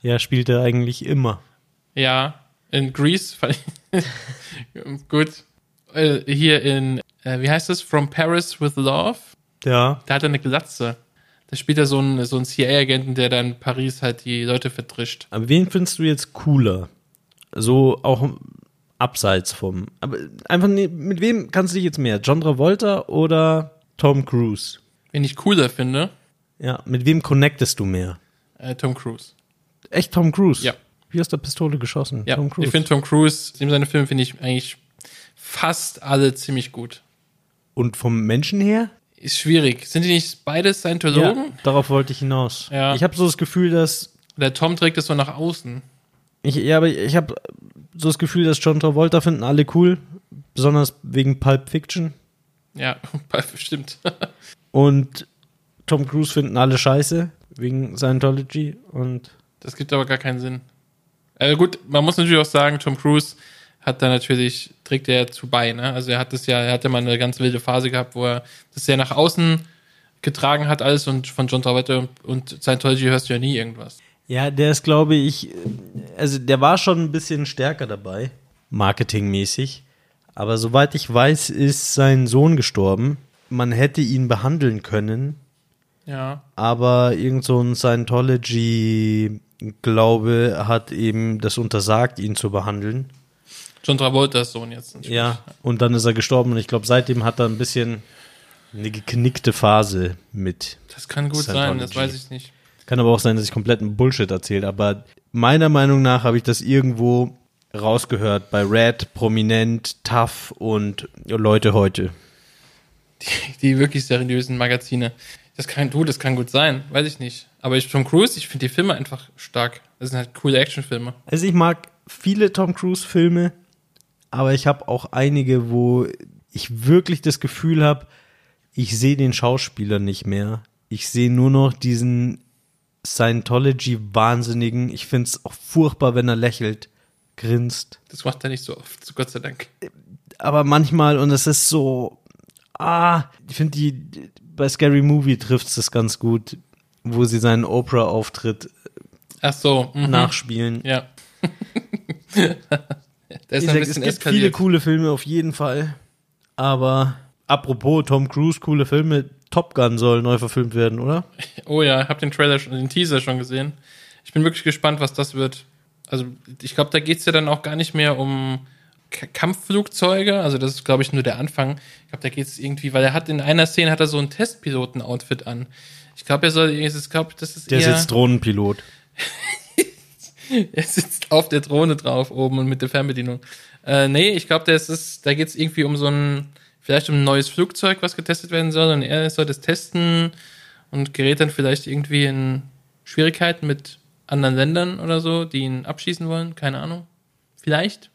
Speaker 2: Ja, spielt er eigentlich immer.
Speaker 3: Ja, in Grease fand ich gut. Äh, hier in, äh, wie heißt es? From Paris with Love.
Speaker 2: Ja,
Speaker 3: Da hat er eine Glatze. Da spielt er so einen, so einen CIA-Agenten, der dann in Paris halt die Leute vertrischt.
Speaker 2: aber wen findest du jetzt cooler? So auch abseits vom, aber einfach, ne- mit wem kannst du dich jetzt mehr? John Travolta oder Tom Cruise?
Speaker 3: Wen ich cooler finde,
Speaker 2: Ja, mit wem connectest du mehr?
Speaker 3: äh, Tom Cruise.
Speaker 2: Echt Tom Cruise?
Speaker 3: Ja.
Speaker 2: Wie aus der Pistole geschossen?
Speaker 3: Ja,
Speaker 2: Tom Cruise.
Speaker 3: ich finde Tom Cruise, in seine Filme finde ich eigentlich fast alle ziemlich gut.
Speaker 2: Und vom Menschen her?
Speaker 3: Ist schwierig. Sind die nicht beides Scientologen?
Speaker 2: darauf wollte ich hinaus.
Speaker 3: Ja.
Speaker 2: Ich habe so das Gefühl, dass
Speaker 3: Der Tom trägt es so nach außen.
Speaker 2: ich, ja, aber ich habe so das Gefühl, dass John Travolta finden alle cool, besonders wegen Pulp Fiction
Speaker 3: Ja, bestimmt.
Speaker 2: und Tom Cruise finden alle scheiße wegen Scientology und
Speaker 3: Das gibt aber gar keinen Sinn. Äh, gut, man muss natürlich auch sagen, Tom Cruise hat da natürlich, trägt er zu bei, ne? Also er hat das ja, er hatte mal eine ganz wilde Phase gehabt, wo er das sehr nach außen getragen hat, alles und von John Travolta und Scientology hörst du ja nie irgendwas.
Speaker 2: ja, der ist glaube ich äh, also der war schon ein bisschen stärker dabei, marketingmäßig, aber soweit ich weiß, ist sein Sohn gestorben. Man hätte ihn behandeln können,
Speaker 3: Ja.
Speaker 2: aber irgend so ein Scientology Glaube hat eben das untersagt, ihn zu behandeln.
Speaker 3: John Travolta's Sohn jetzt. natürlich.
Speaker 2: Ja, und dann ist er gestorben und ich glaube, seitdem hat er ein bisschen eine geknickte Phase mit.
Speaker 3: Das kann gut sein, das
Speaker 2: Scientology.
Speaker 3: weiß ich nicht.
Speaker 2: Kann aber auch sein, dass ich kompletten Bullshit erzähle, aber meiner Meinung nach habe ich das irgendwo rausgehört bei Red, Prominent, Tough und Leute heute.
Speaker 3: Die, die wirklich seriösen Magazine. Das kann du, das kann gut sein, weiß ich nicht. Aber ich, Tom Cruise, ich finde die Filme einfach stark. Das sind halt coole Actionfilme.
Speaker 2: Also ich mag viele Tom Cruise Filme, aber ich habe auch einige, wo ich wirklich das Gefühl habe, ich sehe den Schauspieler nicht mehr. Ich sehe nur noch diesen Scientology Wahnsinnigen. Ich finde es auch furchtbar, wenn er lächelt, grinst.
Speaker 3: Das macht er nicht so oft, Gott sei Dank.
Speaker 2: Aber manchmal und es ist so ah, ich finde die bei Scary Movie trifft es das ganz gut, wo sie seinen Oprah Auftritt
Speaker 3: Ach so, mhm.
Speaker 2: nachspielen.
Speaker 3: Ja. der ist
Speaker 2: Ich
Speaker 3: ein
Speaker 2: sag,
Speaker 3: bisschen
Speaker 2: es gibt viele
Speaker 3: eskaliert.
Speaker 2: coole Filme auf jeden Fall. Aber apropos Tom Cruise, coole Filme, Top Gun soll neu verfilmt werden, oder?
Speaker 3: Oh ja, ich habe den Trailer schon, den Teaser schon gesehen. Ich bin wirklich gespannt, was das wird. Also, ich glaube, da geht's ja dann auch gar nicht mehr um K Kampfflugzeuge. Also, das ist, glaube ich, nur der Anfang. Ich glaube, da geht's irgendwie, weil er hat in einer Szene hat er so ein Testpiloten-Outfit an. Ich glaube, er soll, es ist, glaub, das ist
Speaker 2: Der
Speaker 3: eher,
Speaker 2: ist jetzt Drohnenpilot.
Speaker 3: er sitzt auf der Drohne drauf oben und mit der Fernbedienung. Äh, nee, ich glaube, das ist, da geht's irgendwie um so ein, vielleicht um ein neues Flugzeug, was getestet werden soll. Und er soll das testen und gerät dann vielleicht irgendwie in Schwierigkeiten mit anderen Ländern oder so, die ihn abschießen wollen. Keine Ahnung. Vielleicht.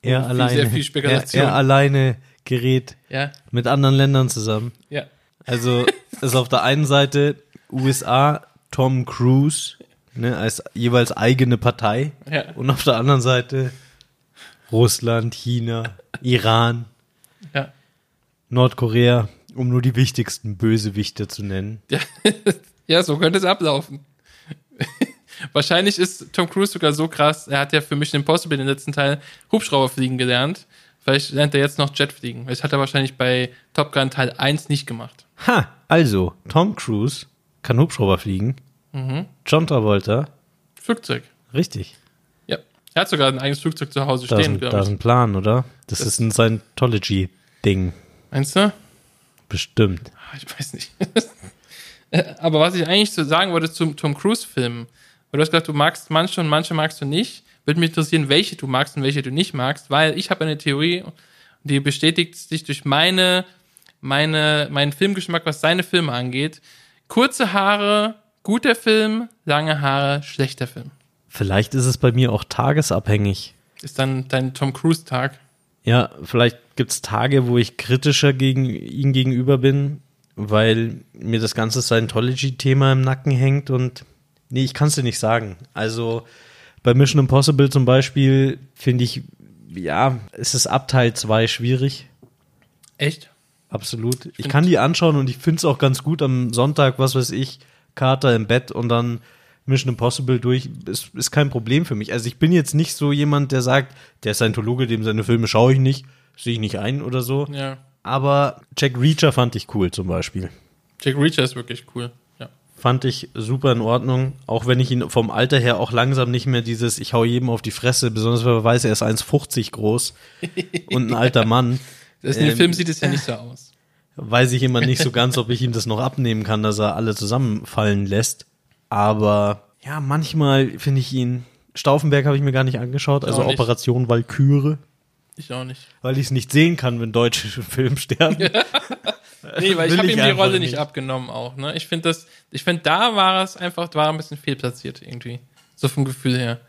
Speaker 2: Er
Speaker 3: viel-
Speaker 2: alleine.
Speaker 3: sehr viel Spekulation.
Speaker 2: Er, er alleine gerät
Speaker 3: Ja,
Speaker 2: mit anderen Ländern zusammen.
Speaker 3: ja.
Speaker 2: Also ist auf der einen Seite USA, Tom Cruise, ne, als jeweils eigene Partei.
Speaker 3: Ja.
Speaker 2: Und auf der anderen Seite Russland, China, Iran,
Speaker 3: Ja.
Speaker 2: Nordkorea, um nur die wichtigsten Bösewichte zu nennen.
Speaker 3: Ja, ja so könnte es ablaufen. Wahrscheinlich ist Tom Cruise sogar so krass, er hat ja für Mission Impossible den letzten Teil Hubschrauber fliegen gelernt. Vielleicht lernt er jetzt noch Jet fliegen. Das hat er wahrscheinlich bei Top Gun Teil 1 nicht gemacht.
Speaker 2: Ha, also, Tom Cruise kann Hubschrauber fliegen. John Travolta,
Speaker 3: Flugzeug.
Speaker 2: richtig.
Speaker 3: Ja. Er hat sogar ein eigenes Flugzeug zu Hause
Speaker 2: Da ist,
Speaker 3: stehen,
Speaker 2: ein, da
Speaker 3: glaube
Speaker 2: ist
Speaker 3: ich.
Speaker 2: ein Plan, oder? Das, ist ein Scientology-Ding,
Speaker 3: Meinst du?
Speaker 2: bestimmt.
Speaker 3: Ah, Ich weiß nicht. Äh, Aber was ich eigentlich so sagen wollte zum Tom Cruise-Film, weil du hast gesagt, du magst manche und manche magst du nicht, würde mich interessieren, welche du magst und welche du nicht magst, weil ich habe eine Theorie, die bestätigt sich durch meine, meine, meinen Filmgeschmack, was seine Filme angeht. Kurze Haare, guter Film, lange Haare, schlechter Film.
Speaker 2: Vielleicht ist es bei mir auch tagesabhängig.
Speaker 3: Ist dann dein Tom Cruise-Tag.
Speaker 2: Ja, vielleicht gibt es Tage, wo ich kritischer gegen ihn gegenüber bin, weil mir das ganze Scientology-Thema im Nacken hängt und nee, ich kann es dir nicht sagen. Also bei Mission Impossible zum Beispiel finde ich, ja, es ist ab Teil 2 schwierig.
Speaker 3: Echt?
Speaker 2: Absolut. Ich kann die anschauen und ich finde es auch ganz gut am Sonntag, was weiß ich, Kater im Bett und dann Mission Impossible durch. Ist, ist kein Problem für mich. Also ich bin jetzt nicht so jemand, der sagt, der ist Scientologe, dem seine Filme schaue ich nicht, sehe ich nicht ein oder so.
Speaker 3: Ja.
Speaker 2: Aber Jack Reacher fand ich cool zum Beispiel.
Speaker 3: Jack Reacher ist wirklich cool. Ja.
Speaker 2: Fand ich super in Ordnung, auch wenn ich ihn vom Alter her auch langsam nicht mehr dieses, ich hau jedem auf die Fresse, besonders weil man weiß, er ist 1,50 groß und ein alter Mann.
Speaker 3: Das, in dem
Speaker 2: Ähm,
Speaker 3: Film sieht es ja nicht so aus.
Speaker 2: weiß ich immer nicht so ganz, ob ich ihm das noch abnehmen kann, dass er alle zusammenfallen lässt. Aber ja, manchmal finde ich ihn. Stauffenberg habe ich mir gar nicht angeschaut, also
Speaker 3: Auch nicht.
Speaker 2: Operation Walküre,
Speaker 3: Ich auch nicht.
Speaker 2: weil ich es nicht sehen kann, wenn Deutsche im Film sterben.
Speaker 3: Nee, weil ich
Speaker 2: Will
Speaker 3: habe
Speaker 2: ich
Speaker 3: ihm die
Speaker 2: einfach
Speaker 3: Rolle nicht
Speaker 2: nicht.
Speaker 3: abgenommen auch, ne? Ich finde das, ich finde, da war es einfach, war ein bisschen fehlplatziert irgendwie. So vom Gefühl her.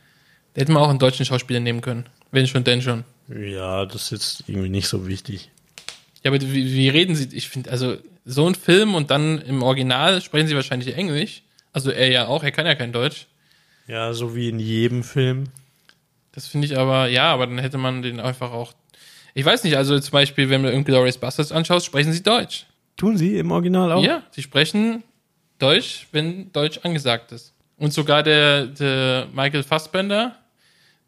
Speaker 3: Da hätte man auch einen deutschen Schauspieler nehmen können. Wenn schon, denn schon.
Speaker 2: ja, das ist jetzt irgendwie nicht so wichtig.
Speaker 3: Ja, aber wie, wie reden sie? Ich finde, also so ein Film und dann im Original sprechen sie wahrscheinlich Englisch. Also er ja auch, er kann ja kein Deutsch.
Speaker 2: Ja, so wie in jedem Film.
Speaker 3: Das finde ich aber, ja, aber dann hätte man den einfach auch. Ich weiß nicht, also zum Beispiel, wenn du Inglourious Bastards anschaust, sprechen sie Deutsch.
Speaker 2: Tun sie im Original auch?
Speaker 3: Ja, sie sprechen Deutsch, wenn Deutsch angesagt ist. Und sogar der, der Michael Fassbender,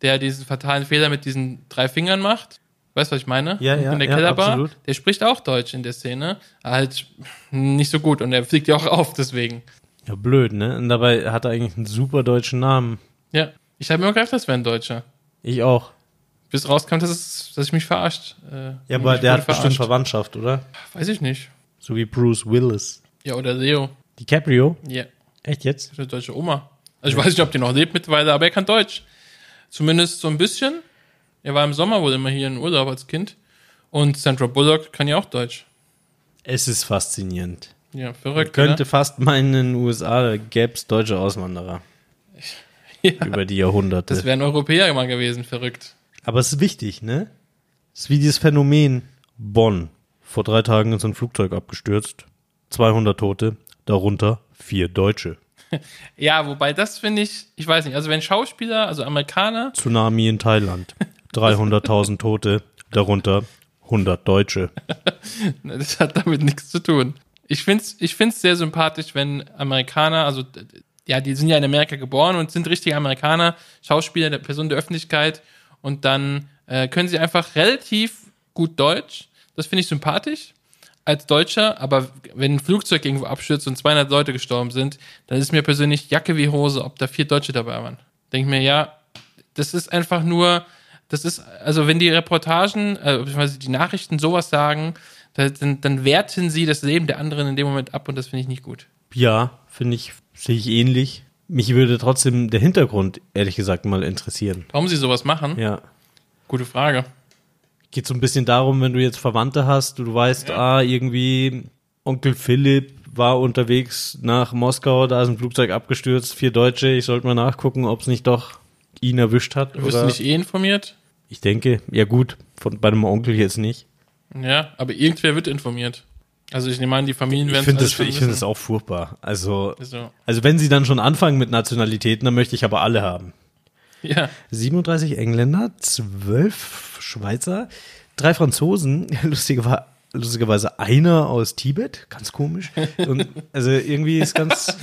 Speaker 3: der diesen fatalen Fehler mit diesen drei Fingern macht, weißt du, was ich meine?
Speaker 2: Ja, ja,
Speaker 3: In der
Speaker 2: ja,
Speaker 3: Kellerbar,
Speaker 2: absolut.
Speaker 3: der spricht auch Deutsch in der Szene, aber halt nicht so gut und er fliegt ja auch auf deswegen.
Speaker 2: Ja, blöd, ne? Und dabei hat er eigentlich einen super deutschen Namen.
Speaker 3: Ja, ich habe mir auch gedacht, das wäre ein Deutscher.
Speaker 2: Ich auch.
Speaker 3: bis rauskam, dass, es, dass ich mich verarscht. Äh,
Speaker 2: Ja, aber
Speaker 3: ich
Speaker 2: der
Speaker 3: wurde
Speaker 2: hat bestimmt Verwandtschaft, oder?
Speaker 3: Weiß ich nicht.
Speaker 2: So wie Bruce Willis.
Speaker 3: Ja, oder Leo.
Speaker 2: DiCaprio?
Speaker 3: Ja, yeah.
Speaker 2: Echt jetzt?
Speaker 3: eine deutsche Oma. Also ich weiß nicht, ob die noch lebt mittlerweile, aber er kann Deutsch. Zumindest so ein bisschen. Er war im Sommer wohl immer hier in Urlaub als Kind. Und Sandra Bullock kann ja auch Deutsch.
Speaker 2: Es ist faszinierend.
Speaker 3: Ja, verrückt.
Speaker 2: Könnte fast meinen, in den USA gäbe es deutsche Auswanderer
Speaker 3: oder? ja,
Speaker 2: über die Jahrhunderte.
Speaker 3: das wären Europäer immer gewesen, verrückt.
Speaker 2: Aber es ist wichtig, ne? Es ist wie dieses Phänomen Bonn. Vor drei Tagen ist ein Flugzeug abgestürzt. 200 Tote, darunter vier Deutsche.
Speaker 3: Ja, wobei das finde ich, ich weiß nicht, also wenn Schauspieler, also Amerikaner,
Speaker 2: Tsunami in Thailand. 300.000 Tote, darunter 100 Deutsche.
Speaker 3: ne, das hat damit nichts zu tun. Ich finde es ich find's sehr sympathisch, wenn Amerikaner, also d- d- ja, die sind ja in Amerika geboren und sind richtige Amerikaner, Schauspieler, der Person der Öffentlichkeit und dann äh, können sie einfach relativ gut Deutsch. Das finde ich sympathisch als Deutscher, aber wenn ein Flugzeug irgendwo abstürzt und 200 Leute gestorben sind, dann ist mir persönlich Jacke wie Hose, ob da vier Deutsche dabei waren. Denke mir, ja, das ist einfach nur, das ist, also wenn die Reportagen, äh, beziehungsweise die Nachrichten sowas sagen, da- dann, dann werten sie das Leben der anderen in dem Moment ab und das finde ich nicht gut.
Speaker 2: Ja, finde ich, sehe ich ähnlich. Mich würde trotzdem der Hintergrund, ehrlich gesagt, mal interessieren.
Speaker 3: Warum sie sowas machen?
Speaker 2: Ja.
Speaker 3: Gute Frage.
Speaker 2: Geht so ein bisschen darum, wenn du jetzt Verwandte hast, du, du weißt, ah, irgendwie Onkel Philipp war unterwegs nach Moskau, da ist ein Flugzeug abgestürzt, vier Deutsche, ich sollte mal nachgucken, ob es nicht doch ihn erwischt hat.
Speaker 3: Wirst du
Speaker 2: oder-
Speaker 3: nicht eh informiert?
Speaker 2: Ich denke, ja gut, von, bei dem Onkel jetzt nicht.
Speaker 3: Ja, aber irgendwer wird informiert. Also ich nehme an, die Familien
Speaker 2: Ich
Speaker 3: werden
Speaker 2: finde das, ich find das auch furchtbar. Also,
Speaker 3: Also,
Speaker 2: also wenn sie dann schon anfangen mit Nationalitäten, dann möchte ich aber alle haben.
Speaker 3: ja,
Speaker 2: 37 Engländer, 12 Schweizer, drei Franzosen, lustigerweise, lustigerweise einer aus Tibet, ganz komisch. Und, also irgendwie ist ganz.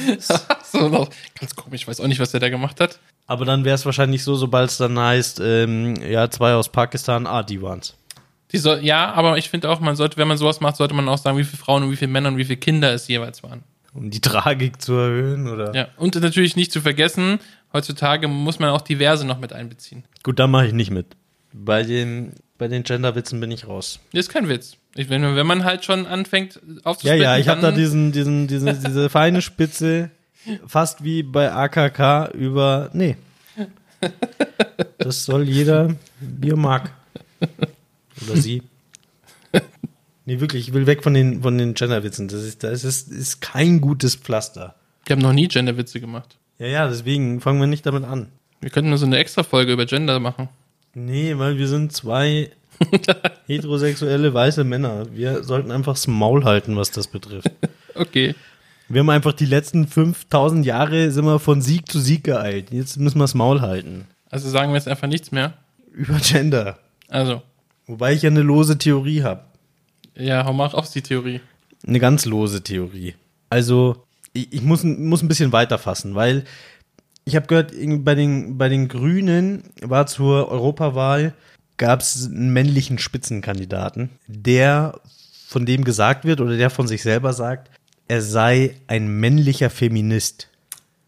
Speaker 3: so noch. Ganz komisch, ich weiß auch nicht, was der da gemacht hat.
Speaker 2: Aber dann wäre es wahrscheinlich so, sobald es dann heißt, ähm, ja, zwei aus Pakistan, ah, die waren's.
Speaker 3: Die soll, ja, aber ich finde auch, man sollte, wenn man sowas macht, sollte man auch sagen, wie viele Frauen und wie viele Männer und wie viele Kinder es jeweils waren.
Speaker 2: Um die Tragik zu erhöhen, oder?
Speaker 3: Ja, und natürlich nicht zu vergessen, heutzutage muss man auch diverse noch mit einbeziehen.
Speaker 2: Gut, da mache ich nicht mit. Bei den, bei den Genderwitzen bin ich raus.
Speaker 3: Das ist kein Witz. Ich, wenn, wenn man halt schon anfängt
Speaker 2: Ja,
Speaker 3: aufzusplitten,
Speaker 2: ja, ich habe da
Speaker 3: dann-
Speaker 2: diesen, diesen, diesen, diese feine Spitze, fast wie bei AKK über, nee. Das soll jeder, wie er mag. Oder sie. Nee, wirklich, ich will weg von den, von den Genderwitzen. Das ist, das ist, ist kein gutes Pflaster.
Speaker 3: Wir haben noch nie Genderwitze gemacht.
Speaker 2: Ja, ja, deswegen fangen wir nicht damit an.
Speaker 3: Wir könnten nur so eine extra Folge über Gender machen.
Speaker 2: Nee, weil wir sind zwei heterosexuelle weiße Männer. Wir sollten einfach das Maul halten, was das betrifft.
Speaker 3: Okay.
Speaker 2: Wir haben einfach die letzten 5000 Jahre sind wir von Sieg zu Sieg geeilt. Jetzt müssen wir das Maul halten.
Speaker 3: Also sagen wir jetzt einfach nichts mehr.
Speaker 2: Über Gender.
Speaker 3: Also,
Speaker 2: Wobei ich ja eine lose Theorie habe.
Speaker 3: ja, hau mal auf die Theorie.
Speaker 2: Eine ganz lose Theorie. Also, ich, ich muss, ein- muss ein bisschen weiterfassen, weil ich habe gehört, irgendwie bei den, bei den Grünen war zur Europawahl, gab es einen männlichen Spitzenkandidaten, der von dem gesagt wird oder der von sich selber sagt, er sei ein männlicher Feminist.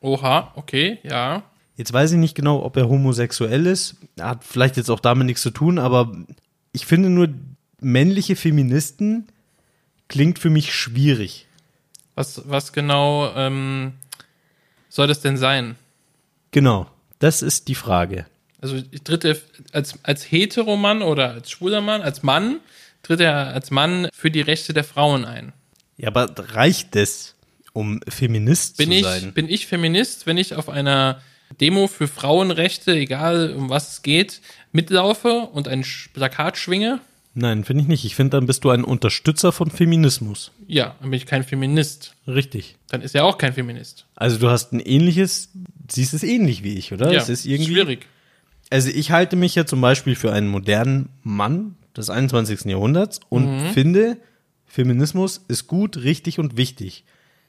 Speaker 3: Oha, okay, ja.
Speaker 2: Jetzt weiß ich nicht genau, ob er homosexuell ist. Hat vielleicht jetzt auch damit nichts zu tun, aber ich finde nur, männliche Feministen klingt für mich schwierig.
Speaker 3: Was, was genau ähm, soll das denn sein?
Speaker 2: Genau, das ist die Frage.
Speaker 3: Also ich tritt er als, als Heteromann oder als schwuler Mann, als Mann, tritt er als Mann für die Rechte der Frauen ein.
Speaker 2: Ja, aber reicht es, um Feminist
Speaker 3: Bin
Speaker 2: zu
Speaker 3: ich,
Speaker 2: sein?
Speaker 3: bin ich Feminist, wenn ich auf einer Demo für Frauenrechte, egal um was es geht, mitlaufe und ein Sch- Plakat schwinge?
Speaker 2: Nein, finde ich nicht. Ich finde, dann bist du ein Unterstützer von Feminismus.
Speaker 3: Ja, dann bin ich kein Feminist.
Speaker 2: Richtig.
Speaker 3: Dann ist er auch kein Feminist.
Speaker 2: Also du hast ein ähnliches, siehst es ähnlich wie ich, oder?
Speaker 3: ja,
Speaker 2: es ist irgendwie
Speaker 3: schwierig.
Speaker 2: Also ich halte mich ja zum Beispiel für einen modernen Mann des 21. Jahrhunderts und finde, Feminismus ist gut, richtig und wichtig.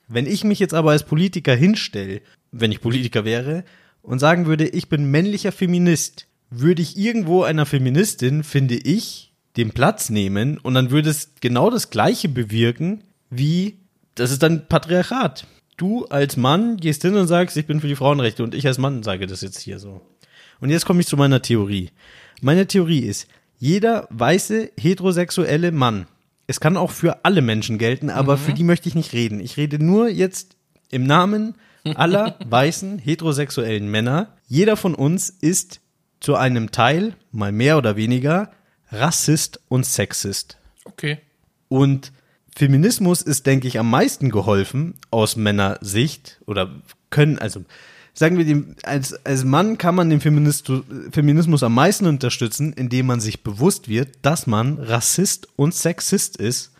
Speaker 2: Wenn ich mich jetzt aber als Politiker hinstelle, wenn ich Politiker wäre, und sagen würde, ich bin männlicher Feminist, würde ich irgendwo einer Feministin, finde ich, den Platz nehmen und dann würde es genau das Gleiche bewirken wie, das ist dann Patriarchat. Du als Mann gehst hin und sagst, ich bin für die Frauenrechte und ich als Mann sage das jetzt hier so. Und jetzt komme ich zu meiner Theorie. Meine Theorie ist, jeder weiße heterosexuelle Mann, es kann auch für alle Menschen gelten, aber für die möchte ich nicht reden. Ich rede nur jetzt im Namen aller weißen heterosexuellen Männer. Jeder von uns ist zu einem Teil, mal mehr oder weniger, Rassist und Sexist.
Speaker 3: Okay.
Speaker 2: Und Feminismus ist, denke ich, am meisten geholfen aus Männersicht oder können, also sagen wir, dem, als, als Mann kann man den Feminist, Feminismus am meisten unterstützen, indem man sich bewusst wird, dass man Rassist und Sexist ist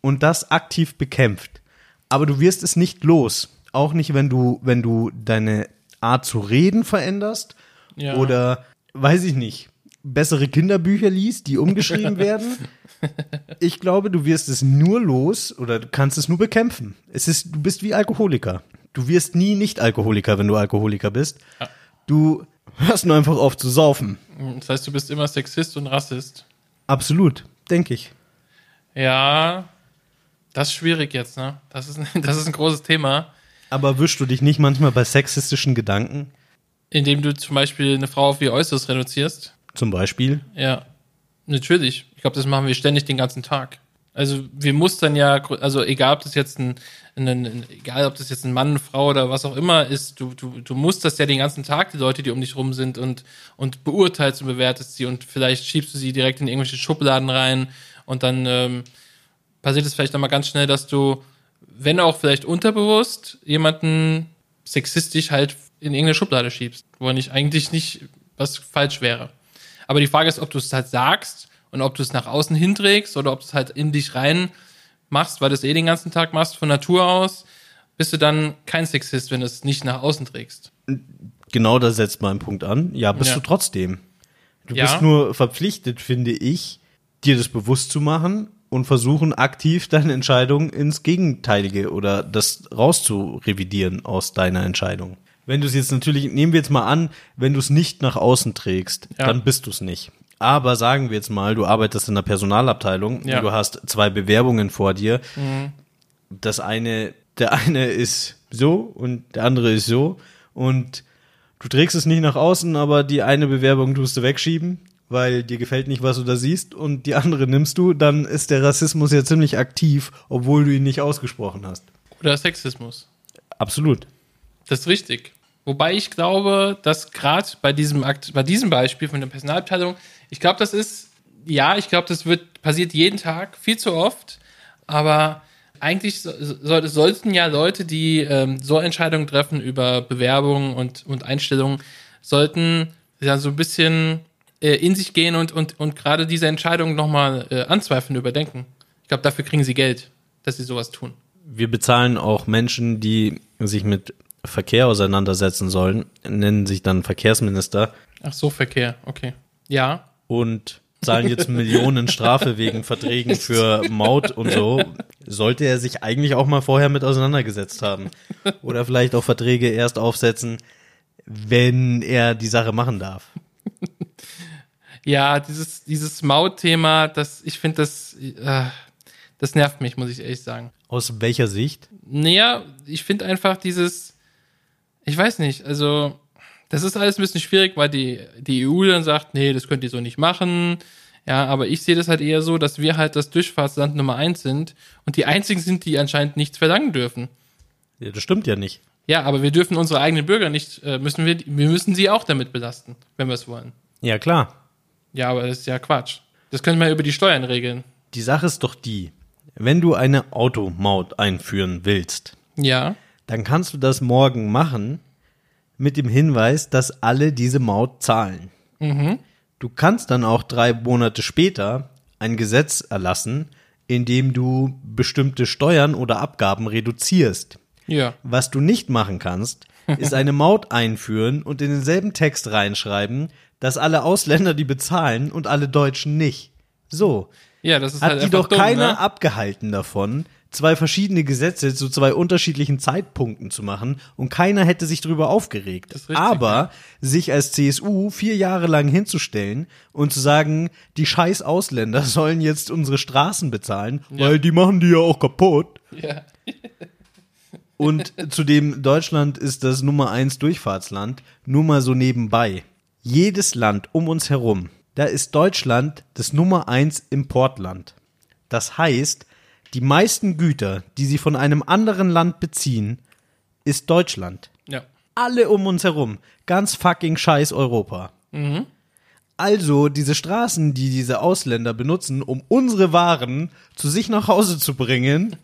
Speaker 2: und das aktiv bekämpft. Aber du wirst es nicht los. Auch nicht, wenn du, wenn du deine Art zu reden veränderst
Speaker 3: Ja.
Speaker 2: oder, weiß ich nicht, bessere Kinderbücher liest, die umgeschrieben werden. Ich glaube, du wirst es nur los oder du kannst es nur bekämpfen. Es ist, du bist wie Alkoholiker. Du wirst nie Nicht-Alkoholiker, wenn du Alkoholiker bist. Du hörst nur einfach auf zu saufen.
Speaker 3: Hm, Das heißt, du bist immer Sexist und Rassist.
Speaker 2: Absolut, denke ich.
Speaker 3: Ja, das ist schwierig jetzt, ne? Das ist, ein- das ist ein großes Thema,
Speaker 2: Aber wischst du dich nicht manchmal bei sexistischen Gedanken?
Speaker 3: indem du zum Beispiel eine Frau auf ihr Äußeres reduzierst.
Speaker 2: Zum Beispiel?
Speaker 3: Ja, natürlich. Ich glaube, das machen wir ständig den ganzen Tag. Also wir mustern ja, gr- also egal ob das jetzt ein, ein, ein egal ob das jetzt ein Mann, eine Frau oder was auch immer ist, du, du, du musterst ja den ganzen Tag die Leute, die um dich rum sind und, und beurteilst und bewertest sie und vielleicht schiebst du sie direkt in irgendwelche Schubladen rein und dann ähm, passiert es vielleicht nochmal ganz schnell, dass du, wenn auch vielleicht unterbewusst, jemanden sexistisch halt in irgendeine Schublade schiebst, wo er nicht eigentlich nicht was falsch wäre. Aber die Frage ist, ob du es halt sagst und ob du es nach außen hinträgst oder ob du es halt in dich rein machst, weil du es eh den ganzen Tag machst, von Natur aus, bist du dann kein Sexist, wenn du es nicht nach außen trägst.
Speaker 2: Genau da setzt mein Punkt an. Ja, bist
Speaker 3: Ja.
Speaker 2: du trotzdem. Du
Speaker 3: Ja.
Speaker 2: bist nur verpflichtet, finde ich, dir das bewusst zu machen und versuchen aktiv deine Entscheidung ins Gegenteilige oder das rauszurevidieren aus deiner Entscheidung. Wenn du es jetzt natürlich, nehmen wir jetzt mal an, wenn du es nicht nach außen trägst,
Speaker 3: Ja.
Speaker 2: dann bist du es nicht. Aber sagen wir jetzt mal, du arbeitest in der Personalabteilung,
Speaker 3: Ja.
Speaker 2: und du hast zwei Bewerbungen vor dir, das eine, der eine ist so und der andere ist so und du trägst es nicht nach außen, aber die eine Bewerbung tust du wegschieben, weil dir gefällt nicht, was du da siehst und die andere nimmst du, dann ist der Rassismus ja ziemlich aktiv, obwohl du ihn nicht ausgesprochen hast.
Speaker 3: Oder Sexismus.
Speaker 2: Absolut.
Speaker 3: Das ist richtig. Wobei ich glaube, dass gerade bei diesem Akt, bei diesem Beispiel von der Personalabteilung, ich glaube, das ist, ja, ich glaube, das wird passiert jeden Tag, viel zu oft. Aber eigentlich so, so, sollten ja Leute, die ähm, so Entscheidungen treffen über Bewerbungen und, und Einstellungen, sollten ja so ein bisschen äh, in sich gehen und, und, und gerade diese Entscheidung nochmal äh, anzweifeln, überdenken. Ich glaube, dafür kriegen sie Geld, dass sie sowas tun.
Speaker 2: Wir bezahlen auch Menschen, die sich mit Verkehr auseinandersetzen sollen, nennen sich dann Verkehrsminister
Speaker 3: Ach so, Verkehr, okay. Ja,
Speaker 2: und zahlen jetzt Millionen Strafe wegen Verträgen für Maut und so, sollte er sich eigentlich auch mal vorher mit auseinandergesetzt haben. Oder vielleicht auch Verträge erst aufsetzen, wenn er die Sache machen darf.
Speaker 3: Ja, dieses, dieses Mautthema, das, ich finde, das, äh, das nervt mich, muss ich ehrlich sagen.
Speaker 2: Aus welcher Sicht?
Speaker 3: Naja, ich finde einfach dieses, ich weiß nicht, also, das ist alles ein bisschen schwierig, weil die, die EU dann sagt, nee, das könnt ihr so nicht machen. Ja, aber ich sehe das halt eher so, dass wir halt das Durchfahrtsland Nummer eins sind und die einzigen sind, die anscheinend nichts verlangen dürfen.
Speaker 2: Ja, das stimmt ja nicht.
Speaker 3: Ja, aber wir dürfen unsere eigenen Bürger nicht, äh, müssen wir, wir müssen sie auch damit belasten, wenn wir es wollen.
Speaker 2: Ja, klar.
Speaker 3: Ja, aber das ist ja Quatsch. Das können wir ja über die Steuern regeln.
Speaker 2: Die Sache ist doch die, wenn du eine Automaut einführen willst,
Speaker 3: Ja.
Speaker 2: dann kannst du das morgen machen mit dem Hinweis, dass alle diese Maut zahlen.
Speaker 3: Mhm.
Speaker 2: Du kannst dann auch drei Monate später ein Gesetz erlassen, in dem du bestimmte Steuern oder Abgaben reduzierst.
Speaker 3: Ja.
Speaker 2: Was du nicht machen kannst, ist eine Maut einführen und in denselben Text reinschreiben, dass alle Ausländer die bezahlen und alle Deutschen nicht. So.
Speaker 3: Ja, das ist
Speaker 2: Hat
Speaker 3: halt
Speaker 2: die
Speaker 3: einfach
Speaker 2: doch
Speaker 3: dumm,
Speaker 2: keiner
Speaker 3: ne?
Speaker 2: abgehalten davon, zwei verschiedene Gesetze zu zwei unterschiedlichen Zeitpunkten zu machen und keiner hätte sich darüber aufgeregt.
Speaker 3: ist richtig,
Speaker 2: Aber sich als CSU vier Jahre lang hinzustellen und zu sagen, die scheiß Ausländer sollen jetzt unsere Straßen bezahlen, weil die machen die ja auch kaputt.
Speaker 3: Ja.
Speaker 2: Und zudem, Deutschland ist das Nummer eins Durchfahrtsland, nur mal so nebenbei. Jedes Land um uns herum da ist Deutschland das Nummer 1 Importland. Das heißt, die meisten Güter, die sie von einem anderen Land beziehen, ist Deutschland.
Speaker 3: Ja.
Speaker 2: Alle um uns herum. Ganz fucking scheiß Europa. Also diese Straßen, die diese Ausländer benutzen, um unsere Waren zu sich nach Hause zu bringen,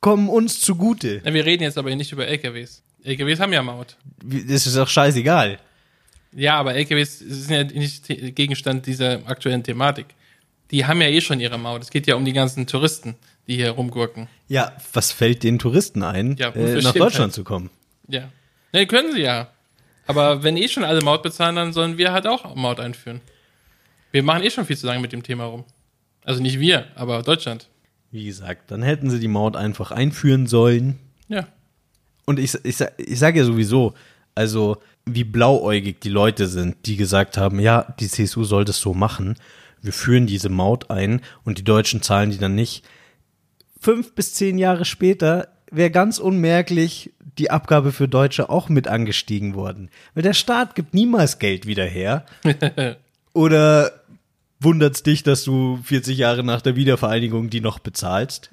Speaker 2: kommen uns zugute.
Speaker 3: Ja, Wir reden jetzt aber hier nicht über LKWs. LKWs haben ja Maut.
Speaker 2: Das ist doch scheißegal.
Speaker 3: Ja, aber LKWs sind ja nicht The- Gegenstand dieser aktuellen Thematik. Die haben ja eh schon ihre Maut. Es geht ja um die ganzen Touristen, die hier rumgurken.
Speaker 2: Ja, was fällt den Touristen ein,
Speaker 3: Ja,
Speaker 2: äh, nach
Speaker 3: unverschämt
Speaker 2: Deutschland
Speaker 3: halt.
Speaker 2: zu kommen?
Speaker 3: Ja. Ne, können sie ja. Aber wenn eh schon alle Maut bezahlen, dann sollen wir halt auch Maut einführen. Wir machen eh schon viel zu lange mit dem Thema rum. Also nicht wir, aber Deutschland.
Speaker 2: Wie gesagt, dann hätten sie die Maut einfach einführen sollen.
Speaker 3: Ja.
Speaker 2: Und ich, ich, sa- ich sage ja sowieso, also wie blauäugig die Leute sind, die gesagt haben, ja, die CSU soll das so machen, wir führen diese Maut ein und die Deutschen zahlen die dann nicht. Fünf bis zehn Jahre später wäre ganz unmerklich die Abgabe für Deutsche auch mit angestiegen worden. Weil der Staat gibt niemals Geld wieder her. Oder wundert's dich, dass du 40 Jahre nach der Wiedervereinigung die noch bezahlst?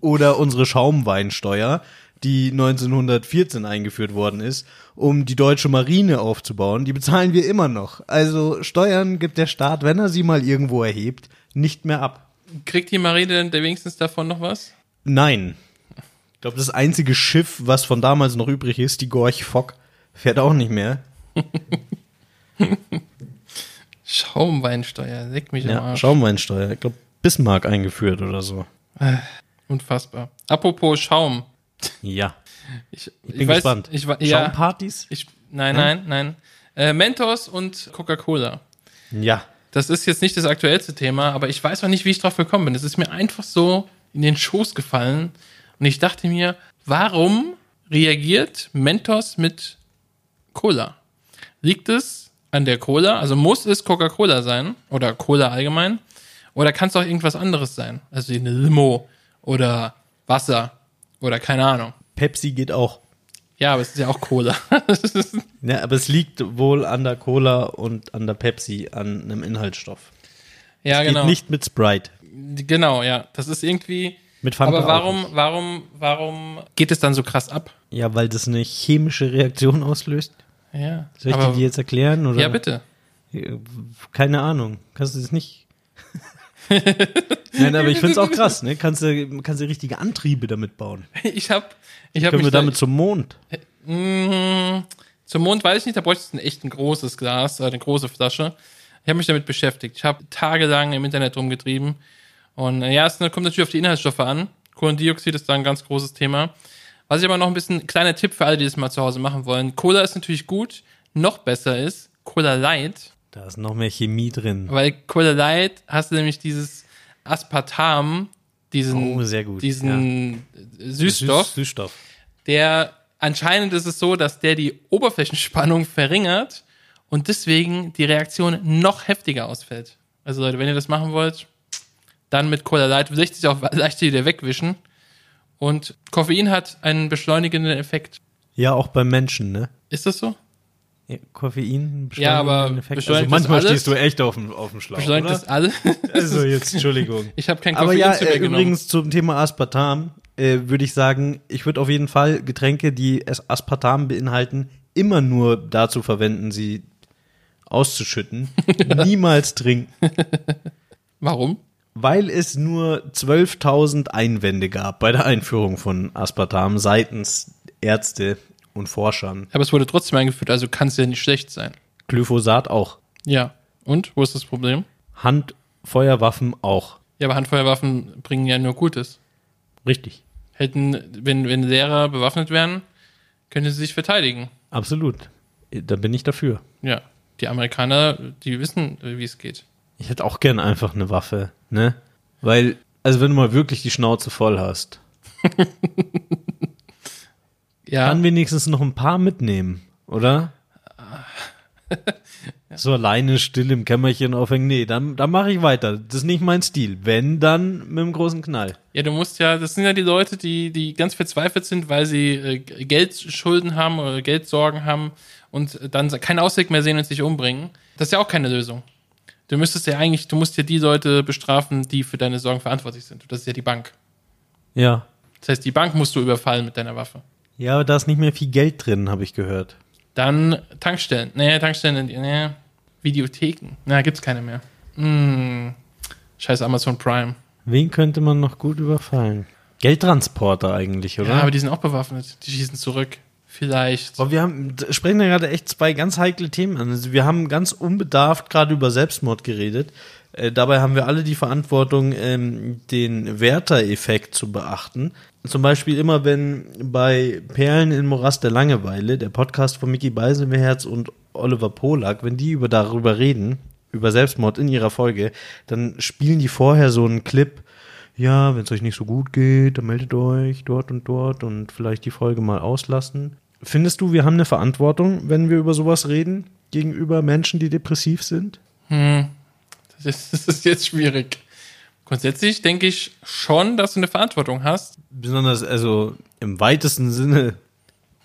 Speaker 2: oder unsere Schaumweinsteuer, die 1914 eingeführt worden ist, um die deutsche Marine aufzubauen, die bezahlen wir immer noch. Also Steuern gibt der Staat, wenn er sie mal irgendwo erhebt, nicht mehr ab.
Speaker 3: Kriegt die Marine denn da wenigstens davon noch was?
Speaker 2: Nein. Ich glaube, das einzige Schiff, was von damals noch übrig ist, die Gorch Fock, fährt auch nicht mehr.
Speaker 3: Schaumweinsteuer, leck mich am
Speaker 2: Ja,
Speaker 3: Arsch.
Speaker 2: Schaumweinsteuer. Ich glaube, Bismarck eingeführt oder so.
Speaker 3: Unfassbar. Apropos Schaum.
Speaker 2: Ja.
Speaker 3: Ich,
Speaker 2: Bin gespannt.
Speaker 3: Ich, wa- ja,
Speaker 2: Schaumpartys?
Speaker 3: ich, nein, nein, nein. Äh, Mentos und Coca-Cola.
Speaker 2: Ja.
Speaker 3: Das ist jetzt nicht das aktuellste Thema, aber ich weiß auch nicht, wie ich drauf gekommen bin. Es ist mir einfach so in den Schoß gefallen und ich dachte mir, warum reagiert Mentos mit Cola? Liegt es an der Cola? Also muss es Coca-Cola sein oder Cola allgemein? Oder kann es auch irgendwas anderes sein? Also eine Limo oder Wasser oder keine Ahnung.
Speaker 2: Pepsi geht auch.
Speaker 3: Ja, aber es ist ja auch Cola.
Speaker 2: Ja, Ne, aber es liegt wohl an der Cola und an der Pepsi, an einem Inhaltsstoff.
Speaker 3: ja, genau.
Speaker 2: Geht nicht mit Sprite.
Speaker 3: Genau, ja. Das ist irgendwie.
Speaker 2: Mit Fanta
Speaker 3: aber
Speaker 2: auch
Speaker 3: warum, warum, warum geht es dann so krass ab?
Speaker 2: Ja, weil das eine chemische Reaktion auslöst.
Speaker 3: Ja.
Speaker 2: Soll ich
Speaker 3: aber,
Speaker 2: dir die jetzt erklären? Oder? Äh,
Speaker 3: ja, bitte.
Speaker 2: Keine Ahnung. Kannst du das nicht? Nein, aber ich find's auch krass, ne? Kannst du, kannst du richtige Antriebe damit bauen?
Speaker 3: Ich habe ich hab
Speaker 2: Können
Speaker 3: mich
Speaker 2: wir
Speaker 3: da-
Speaker 2: damit zum Mond?
Speaker 3: Mm, zum Mond weiß ich nicht, da bräuchte es ein echt ein großes Glas, äh, eine große Flasche. Ich habe mich damit beschäftigt. Ich habe tagelang im Internet rumgetrieben. Und äh, ja, es kommt natürlich auf die Inhaltsstoffe an. Kohlendioxid ist da ein ganz großes Thema. Was ich aber noch ein bisschen, kleiner Tipp für alle, die das mal zu Hause machen wollen. Cola ist natürlich gut. Noch besser ist Cola Light.
Speaker 2: Da ist noch mehr Chemie drin.
Speaker 3: Weil Cola Light hast du nämlich dieses Aspartam, diesen,
Speaker 2: Oh, sehr gut,
Speaker 3: diesen Süßstoff,
Speaker 2: Süß- Süßstoff.
Speaker 3: der anscheinend ist es so, dass der die Oberflächenspannung verringert und deswegen die Reaktion noch heftiger ausfällt. Also Leute, wenn ihr das machen wollt, dann mit Cola Light lässt sich auch leicht wieder wegwischen. Und Koffein hat einen beschleunigenden Effekt.
Speaker 2: Ja, auch beim Menschen, ne?
Speaker 3: Ist das so?
Speaker 2: Ja, Koffein,
Speaker 3: Ja, aber
Speaker 2: beschleunigenden Effekt.
Speaker 3: beschleunigt das
Speaker 2: Also manchmal
Speaker 3: alles?
Speaker 2: stehst du echt auf dem, auf dem Schlauch.
Speaker 3: Beschleunigt
Speaker 2: oder?
Speaker 3: das alle?
Speaker 2: Also jetzt, Entschuldigung.
Speaker 3: Ich habe kein
Speaker 2: Aber
Speaker 3: Koffein
Speaker 2: ja,
Speaker 3: zu
Speaker 2: äh,
Speaker 3: mir genommen.
Speaker 2: übrigens zum Thema Aspartam äh, würde ich sagen, ich würde auf jeden Fall Getränke, die es Aspartam beinhalten, immer nur dazu verwenden, sie auszuschütten. Niemals trinken,
Speaker 3: Warum?
Speaker 2: weil es nur 12.000 Einwände gab bei der Einführung von Aspartam seitens Ärzte und Forschern.
Speaker 3: Aber es wurde trotzdem eingeführt, also kann es ja nicht schlecht sein.
Speaker 2: Glyphosat auch.
Speaker 3: Ja. Und? Wo ist das Problem?
Speaker 2: Handfeuerwaffen auch.
Speaker 3: Ja, aber Handfeuerwaffen bringen ja nur Gutes.
Speaker 2: Richtig.
Speaker 3: Hätten, wenn, wenn Lehrer bewaffnet wären, könnten sie sich verteidigen.
Speaker 2: Absolut. Äh, Da bin ich dafür.
Speaker 3: Ja. Die Amerikaner, die wissen, äh, wie es geht.
Speaker 2: Ich hätte auch gern einfach eine Waffe, ne? Weil, also wenn du mal wirklich die Schnauze voll hast,
Speaker 3: Ja,
Speaker 2: dann wenigstens noch ein paar mitnehmen, oder? So alleine still im Kämmerchen aufhängen. Nee, dann, dann mache ich weiter. Das ist nicht mein Stil. Wenn, dann mit einem großen Knall.
Speaker 3: ja, du musst ja, das sind ja die Leute, die, die ganz verzweifelt sind, weil sie äh, G- Geldschulden haben oder Geldsorgen haben und dann keinen Ausweg mehr sehen und sich umbringen. Das ist ja auch keine Lösung. Du müsstest ja eigentlich, du musst ja die Leute bestrafen, die für deine Sorgen verantwortlich sind. Und Das ist ja die Bank.
Speaker 2: Ja.
Speaker 3: Das heißt, die Bank musst du überfallen mit deiner Waffe.
Speaker 2: Ja, aber da ist nicht mehr viel Geld drin, habe ich gehört.
Speaker 3: Dann Tankstellen. Nee, Tankstellen, nee. Videotheken. Na, gibt's keine mehr. Hm. Scheiß Amazon Prime.
Speaker 2: Wen könnte man noch gut überfallen? Geldtransporter eigentlich, oder?
Speaker 3: Ja, aber die sind auch bewaffnet. Die schießen zurück. Vielleicht.
Speaker 2: Boah, wir haben, d- sprechen ja gerade echt zwei ganz heikle Themen an. Also wir haben ganz unbedarft gerade über Selbstmord geredet. Äh, dabei haben wir alle die Verantwortung, ähm, den Werter-Effekt zu beachten. Zum Beispiel immer, wenn bei Perlen in Morast der Langeweile, der Podcast von Mickey Beisenherz und Oliver Polak, wenn die über darüber reden, über Selbstmord in ihrer Folge, dann spielen die vorher so einen Clip, ja, wenn es euch nicht so gut geht, dann meldet euch dort und dort und vielleicht die Folge mal auslassen. Findest du, wir haben eine Verantwortung, wenn wir über sowas reden, gegenüber Menschen, die depressiv sind?
Speaker 3: Das ist, das ist jetzt schwierig. Grundsätzlich denke ich schon, dass du eine Verantwortung hast.
Speaker 2: Besonders, also im weitesten Sinne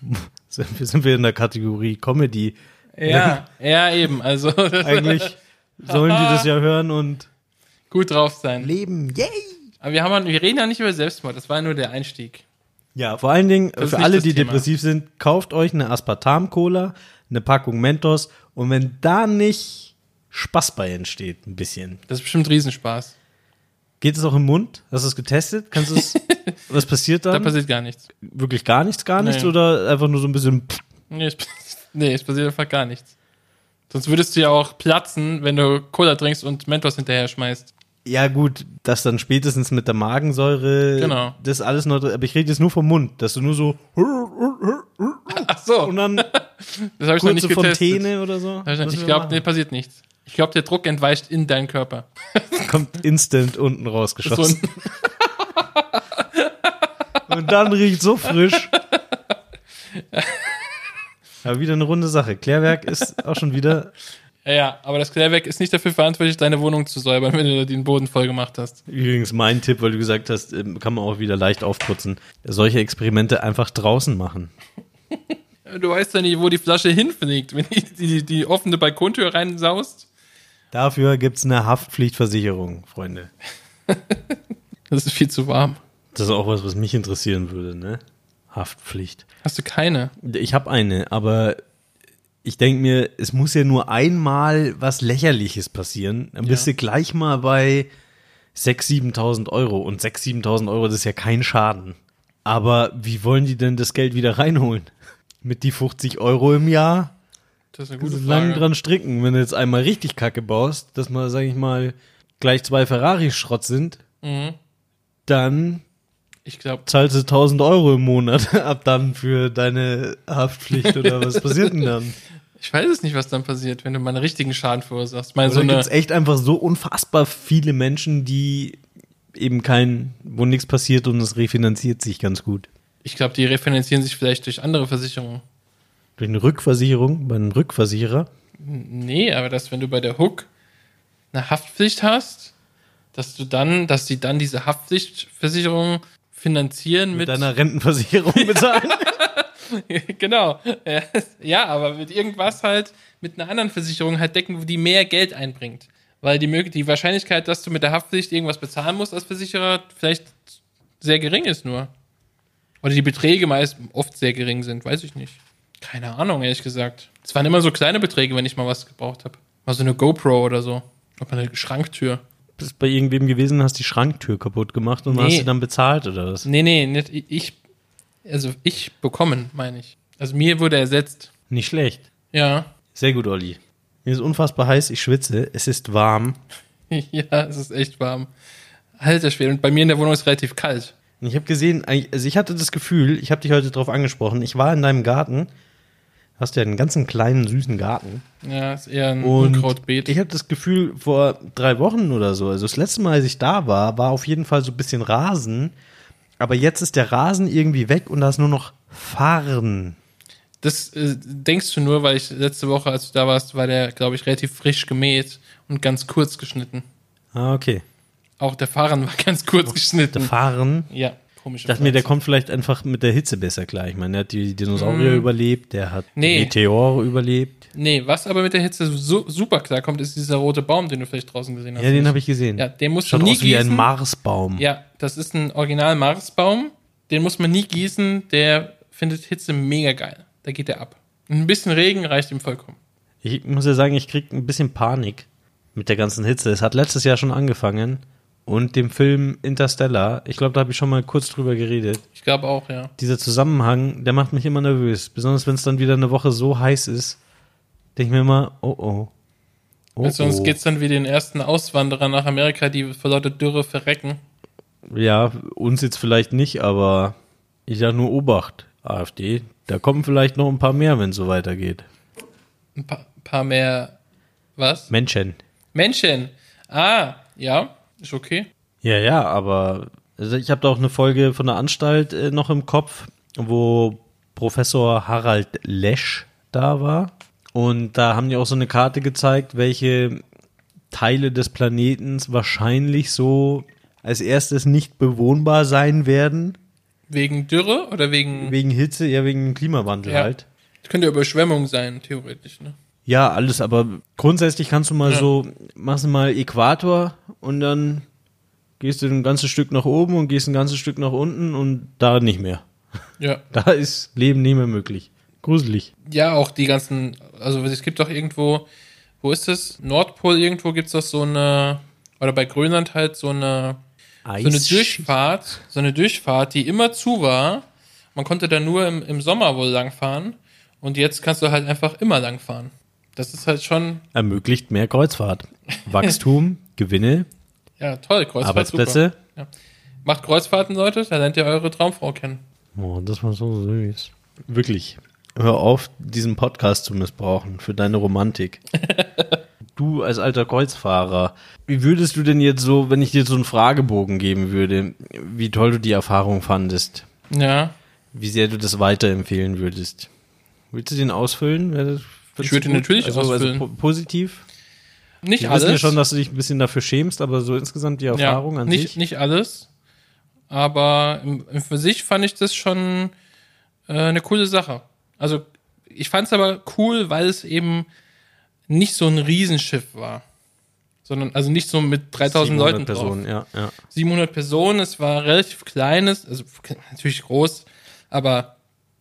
Speaker 2: sind wir- sind wir in der Kategorie Comedy.
Speaker 3: Ja, ja eben. Also
Speaker 2: Eigentlich sollen die das ja hören und
Speaker 3: gut drauf sein.
Speaker 2: leben. Yay!
Speaker 3: Aber wir, haben, halt, wir reden ja nicht über Selbstmord. Das war ja nur der Einstieg.
Speaker 2: Ja, vor allen Dingen
Speaker 3: ist
Speaker 2: für
Speaker 3: nicht
Speaker 2: alle,
Speaker 3: das
Speaker 2: die
Speaker 3: Thema.
Speaker 2: depressiv sind, kauft euch eine Aspartam-Cola, eine Packung Mentos und wenn da nicht Spaß bei entsteht, ein bisschen.
Speaker 3: Das ist bestimmt Riesenspaß.
Speaker 2: Geht es auch im Mund? Hast du es getestet? Kannst du es. was passiert
Speaker 3: Da
Speaker 2: dann?
Speaker 3: passiert gar nichts.
Speaker 2: Wirklich gar nichts, gar nichts
Speaker 3: Nee.
Speaker 2: oder einfach nur so ein bisschen. pff?
Speaker 3: Nee es, nee, es passiert einfach gar nichts. Sonst würdest du ja auch platzen, wenn du Cola trinkst und Mentos hinterher schmeißt.
Speaker 2: Ja, gut, dass dann spätestens mit der Magensäure
Speaker 3: Genau.
Speaker 2: das alles noch. Aber ich rede jetzt nur vom Mund, dass du nur so.
Speaker 3: Ach so,
Speaker 2: Und dann
Speaker 3: das habe ich noch
Speaker 2: kurze
Speaker 3: nicht getestet.
Speaker 2: Fontäne oder so.
Speaker 3: Hab Ich, noch-
Speaker 2: Was
Speaker 3: ich
Speaker 2: wir
Speaker 3: glaube,
Speaker 2: machen.
Speaker 3: nee, passiert nichts. Ich glaube, der Druck entweicht in deinen Körper.
Speaker 2: kommt instant unten
Speaker 3: So
Speaker 2: rausgeschossen.
Speaker 3: ein,
Speaker 2: Und dann riecht so frisch. Aber wieder eine runde Sache. Klärwerk ist auch schon wieder.
Speaker 3: ja, ja, aber das Klärwerk ist nicht dafür verantwortlich, deine Wohnung zu säubern, wenn du den Boden voll gemacht hast.
Speaker 2: Übrigens mein Tipp, weil du gesagt hast, ähm, kann man auch wieder leicht aufputzen. Solche Experimente einfach draußen machen.
Speaker 3: Du weißt ja nicht, wo die Flasche hinfliegt, wenn die, die, die offene Balkontür reinsaust.
Speaker 2: Dafür gibt's eine Haftpflichtversicherung, Freunde.
Speaker 3: Das ist viel zu warm.
Speaker 2: Das ist auch was, was mich interessieren würde, ne? Haftpflicht.
Speaker 3: Hast du keine?
Speaker 2: Ich habe eine, aber ich denke mir, es muss ja nur einmal was Lächerliches passieren. Dann bist
Speaker 3: Ja.
Speaker 2: du gleich mal bei 6.000, 7.000 Euro. Und 6.000, 7.000 Euro, das ist ja kein Schaden. Aber wie wollen die denn das Geld wieder reinholen? Mit die 50 Euro im Jahr?
Speaker 3: Das ist eine
Speaker 2: Kannst
Speaker 3: gute
Speaker 2: du lang
Speaker 3: Frage.
Speaker 2: dran stricken, wenn du jetzt einmal richtig Kacke baust, dass mal, sag ich mal, gleich zwei Ferraris Schrott sind, dann
Speaker 3: Mhm. Ich glaube,
Speaker 2: zahlst du 1000 Euro im Monat ab dann für deine Haftpflicht oder was passiert denn dann?
Speaker 3: ich weiß es nicht, was dann passiert, wenn du mal einen richtigen Schaden verursachst. Mal so
Speaker 2: Also da
Speaker 3: eine
Speaker 2: gibt's echt einfach so unfassbar viele Menschen, die eben kein, wo nichts passiert und es refinanziert sich ganz gut.
Speaker 3: Ich glaube, die refinanzieren sich vielleicht durch andere Versicherungen.
Speaker 2: Durch eine Rückversicherung bei einem Rückversicherer.
Speaker 3: Nee, aber dass, wenn du bei der Hook eine Haftpflicht hast, dass du dann, dass die dann diese Haftpflichtversicherung finanzieren mit.
Speaker 2: Mit deiner Rentenversicherung bezahlen.
Speaker 3: genau. Ja, Ja, aber mit irgendwas halt, mit einer anderen Versicherung halt decken, die mehr Geld einbringt. Weil die, Mög- die Wahrscheinlichkeit, dass du mit der Haftpflicht irgendwas bezahlen musst als Versicherer, vielleicht sehr gering ist nur. Oder die Beträge meist oft sehr gering sind, weiß ich nicht. Keine Ahnung, ehrlich gesagt. Es waren immer so kleine Beträge, wenn ich mal was gebraucht habe. Mal so eine GoPro oder so. Oder eine Schranktür.
Speaker 2: Bist bei irgendwem gewesen, hast die Schranktür kaputt gemacht und
Speaker 3: Nee.
Speaker 2: hast du dann bezahlt oder was?
Speaker 3: Nee, nee, nicht ich. Also ich bekommen, meine ich. Also mir wurde ersetzt.
Speaker 2: Nicht schlecht.
Speaker 3: Ja.
Speaker 2: Sehr gut, Olli. Mir ist unfassbar heiß, ich schwitze, es ist warm.
Speaker 3: Ja, es ist echt warm. Alter Schwede. Und bei mir in der Wohnung ist es relativ kalt.
Speaker 2: Und ich habe gesehen, eigentlich- also ich hatte das Gefühl, ich habe dich heute drauf angesprochen, ich war in deinem Garten, hast ja einen ganzen kleinen, süßen Garten.
Speaker 3: Ja, ist eher ein
Speaker 2: Und
Speaker 3: Unkrautbeet.
Speaker 2: ich habe das Gefühl, vor drei Wochen oder so, also das letzte Mal, als ich da war, war auf jeden Fall so ein bisschen Rasen. Aber jetzt ist der Rasen irgendwie weg und da ist nur noch Farn.
Speaker 3: das äh, denkst du nur, weil ich letzte Woche, als du da warst, war der, glaube ich, relativ frisch gemäht und ganz kurz geschnitten.
Speaker 2: Ah, okay.
Speaker 3: Auch der Fahren war ganz kurz
Speaker 2: Der
Speaker 3: geschnitten.
Speaker 2: Farn.
Speaker 3: Ja. Komische
Speaker 2: Ich dachte mir, der
Speaker 3: Pflanze.
Speaker 2: kommt vielleicht einfach mit der Hitze besser klar. Ich meine, der hat die Dinosaurier überlebt, der hat
Speaker 3: Mhm. Nee.
Speaker 2: Meteore überlebt.
Speaker 3: Nee, was aber mit der Hitze so, super klar kommt, ist dieser rote Baum, den du vielleicht draußen gesehen hast.
Speaker 2: Ja, den habe ich gesehen.
Speaker 3: Ja, den musst
Speaker 2: Schaut
Speaker 3: du nie
Speaker 2: aus wie ein
Speaker 3: gießen.
Speaker 2: Marsbaum.
Speaker 3: Ja, das ist ein original Marsbaum. Den muss man nie gießen. Der findet Hitze mega geil. Da geht er ab. Ein bisschen Regen reicht ihm vollkommen.
Speaker 2: Ich muss ja sagen, ich krieg ein bisschen Panik mit der ganzen Hitze. Es hat letztes Jahr schon angefangen und dem Film Interstellar, ich glaube, da habe ich schon mal kurz drüber geredet.
Speaker 3: Ich glaube auch, ja.
Speaker 2: Dieser Zusammenhang, der macht mich immer nervös. Besonders wenn es dann wieder eine Woche so heiß ist, denke ich mir immer, oh oh. oh,
Speaker 3: Weil sonst
Speaker 2: oh.
Speaker 3: Also geht's dann wie den ersten Auswanderern nach Amerika, die vor lauter Dürre verrecken.
Speaker 2: Ja, uns jetzt vielleicht nicht, aber ich sag nur Obacht, AfD. Da kommen vielleicht noch ein paar mehr, wenn es so weitergeht.
Speaker 3: Ein paar, paar mehr. Was?
Speaker 2: Menschen.
Speaker 3: Menschen. Ah, ja. Ist okay.
Speaker 2: Ja, ja, aber also ich habe da auch eine Folge von der Anstalt äh, noch im Kopf, wo Professor Harald Lesch da war. Und da haben die auch so eine Karte gezeigt, welche Teile des Planeten wahrscheinlich so als erstes nicht bewohnbar sein werden.
Speaker 3: Wegen Dürre oder wegen.
Speaker 2: Wegen Hitze, eher wegen dem Klimawandel
Speaker 3: Ja.
Speaker 2: halt.
Speaker 3: Könnte ja Überschwemmung sein, theoretisch, ne?
Speaker 2: Ja, alles, aber grundsätzlich kannst du mal
Speaker 3: Ja.
Speaker 2: so, machst du mal Äquator und dann gehst du ein ganzes Stück nach oben und gehst ein ganzes Stück nach unten und da nicht mehr.
Speaker 3: Ja.
Speaker 2: Da ist Leben nicht mehr möglich. Gruselig.
Speaker 3: Ja, auch die ganzen, also es gibt doch irgendwo, wo ist das? Nordpol irgendwo gibt's doch so eine, oder bei Grönland halt so eine, so eine Durchfahrt, so eine Durchfahrt, die immer zu war. Man konnte da nur im, im Sommer wohl langfahren und jetzt kannst du halt einfach immer langfahren. Das ist halt schon,
Speaker 2: Ermöglicht mehr Kreuzfahrt. Wachstum, Gewinne,
Speaker 3: ja, toll, Kreuzfahrt.
Speaker 2: Arbeitsplätze.
Speaker 3: Super. Ja. Macht Kreuzfahrten, Leute, da lernt ihr eure Traumfrau kennen.
Speaker 2: Oh, das war so süß. Wirklich. Hör auf, diesen Podcast zu missbrauchen für deine Romantik. du als alter Kreuzfahrer, wie würdest du denn jetzt so, wenn ich dir so einen Fragebogen geben würde, wie toll du die Erfahrung fandest,
Speaker 3: Ja,
Speaker 2: wie sehr du das weiterempfehlen würdest? Willst du den ausfüllen? Wäre das- findest
Speaker 3: würde
Speaker 2: du
Speaker 3: ihn
Speaker 2: gut?
Speaker 3: natürlich
Speaker 2: also,
Speaker 3: ausfüllen.
Speaker 2: Also po positiv?
Speaker 3: nicht
Speaker 2: Wir
Speaker 3: alles.
Speaker 2: wissen ja schon, dass du dich ein bisschen dafür schämst, aber so insgesamt die Erfahrung an
Speaker 3: nicht,
Speaker 2: sich.
Speaker 3: Nicht alles, aber im, im für sich fand ich das schon äh, eine coole Sache. Also ich fand es aber cool, weil es eben nicht so ein Riesenschiff war, sondern also nicht so mit 3000 Leuten
Speaker 2: 700
Speaker 3: drauf.
Speaker 2: Personen, ja, ja.
Speaker 3: 700 Personen, es war relativ kleines, also natürlich groß, aber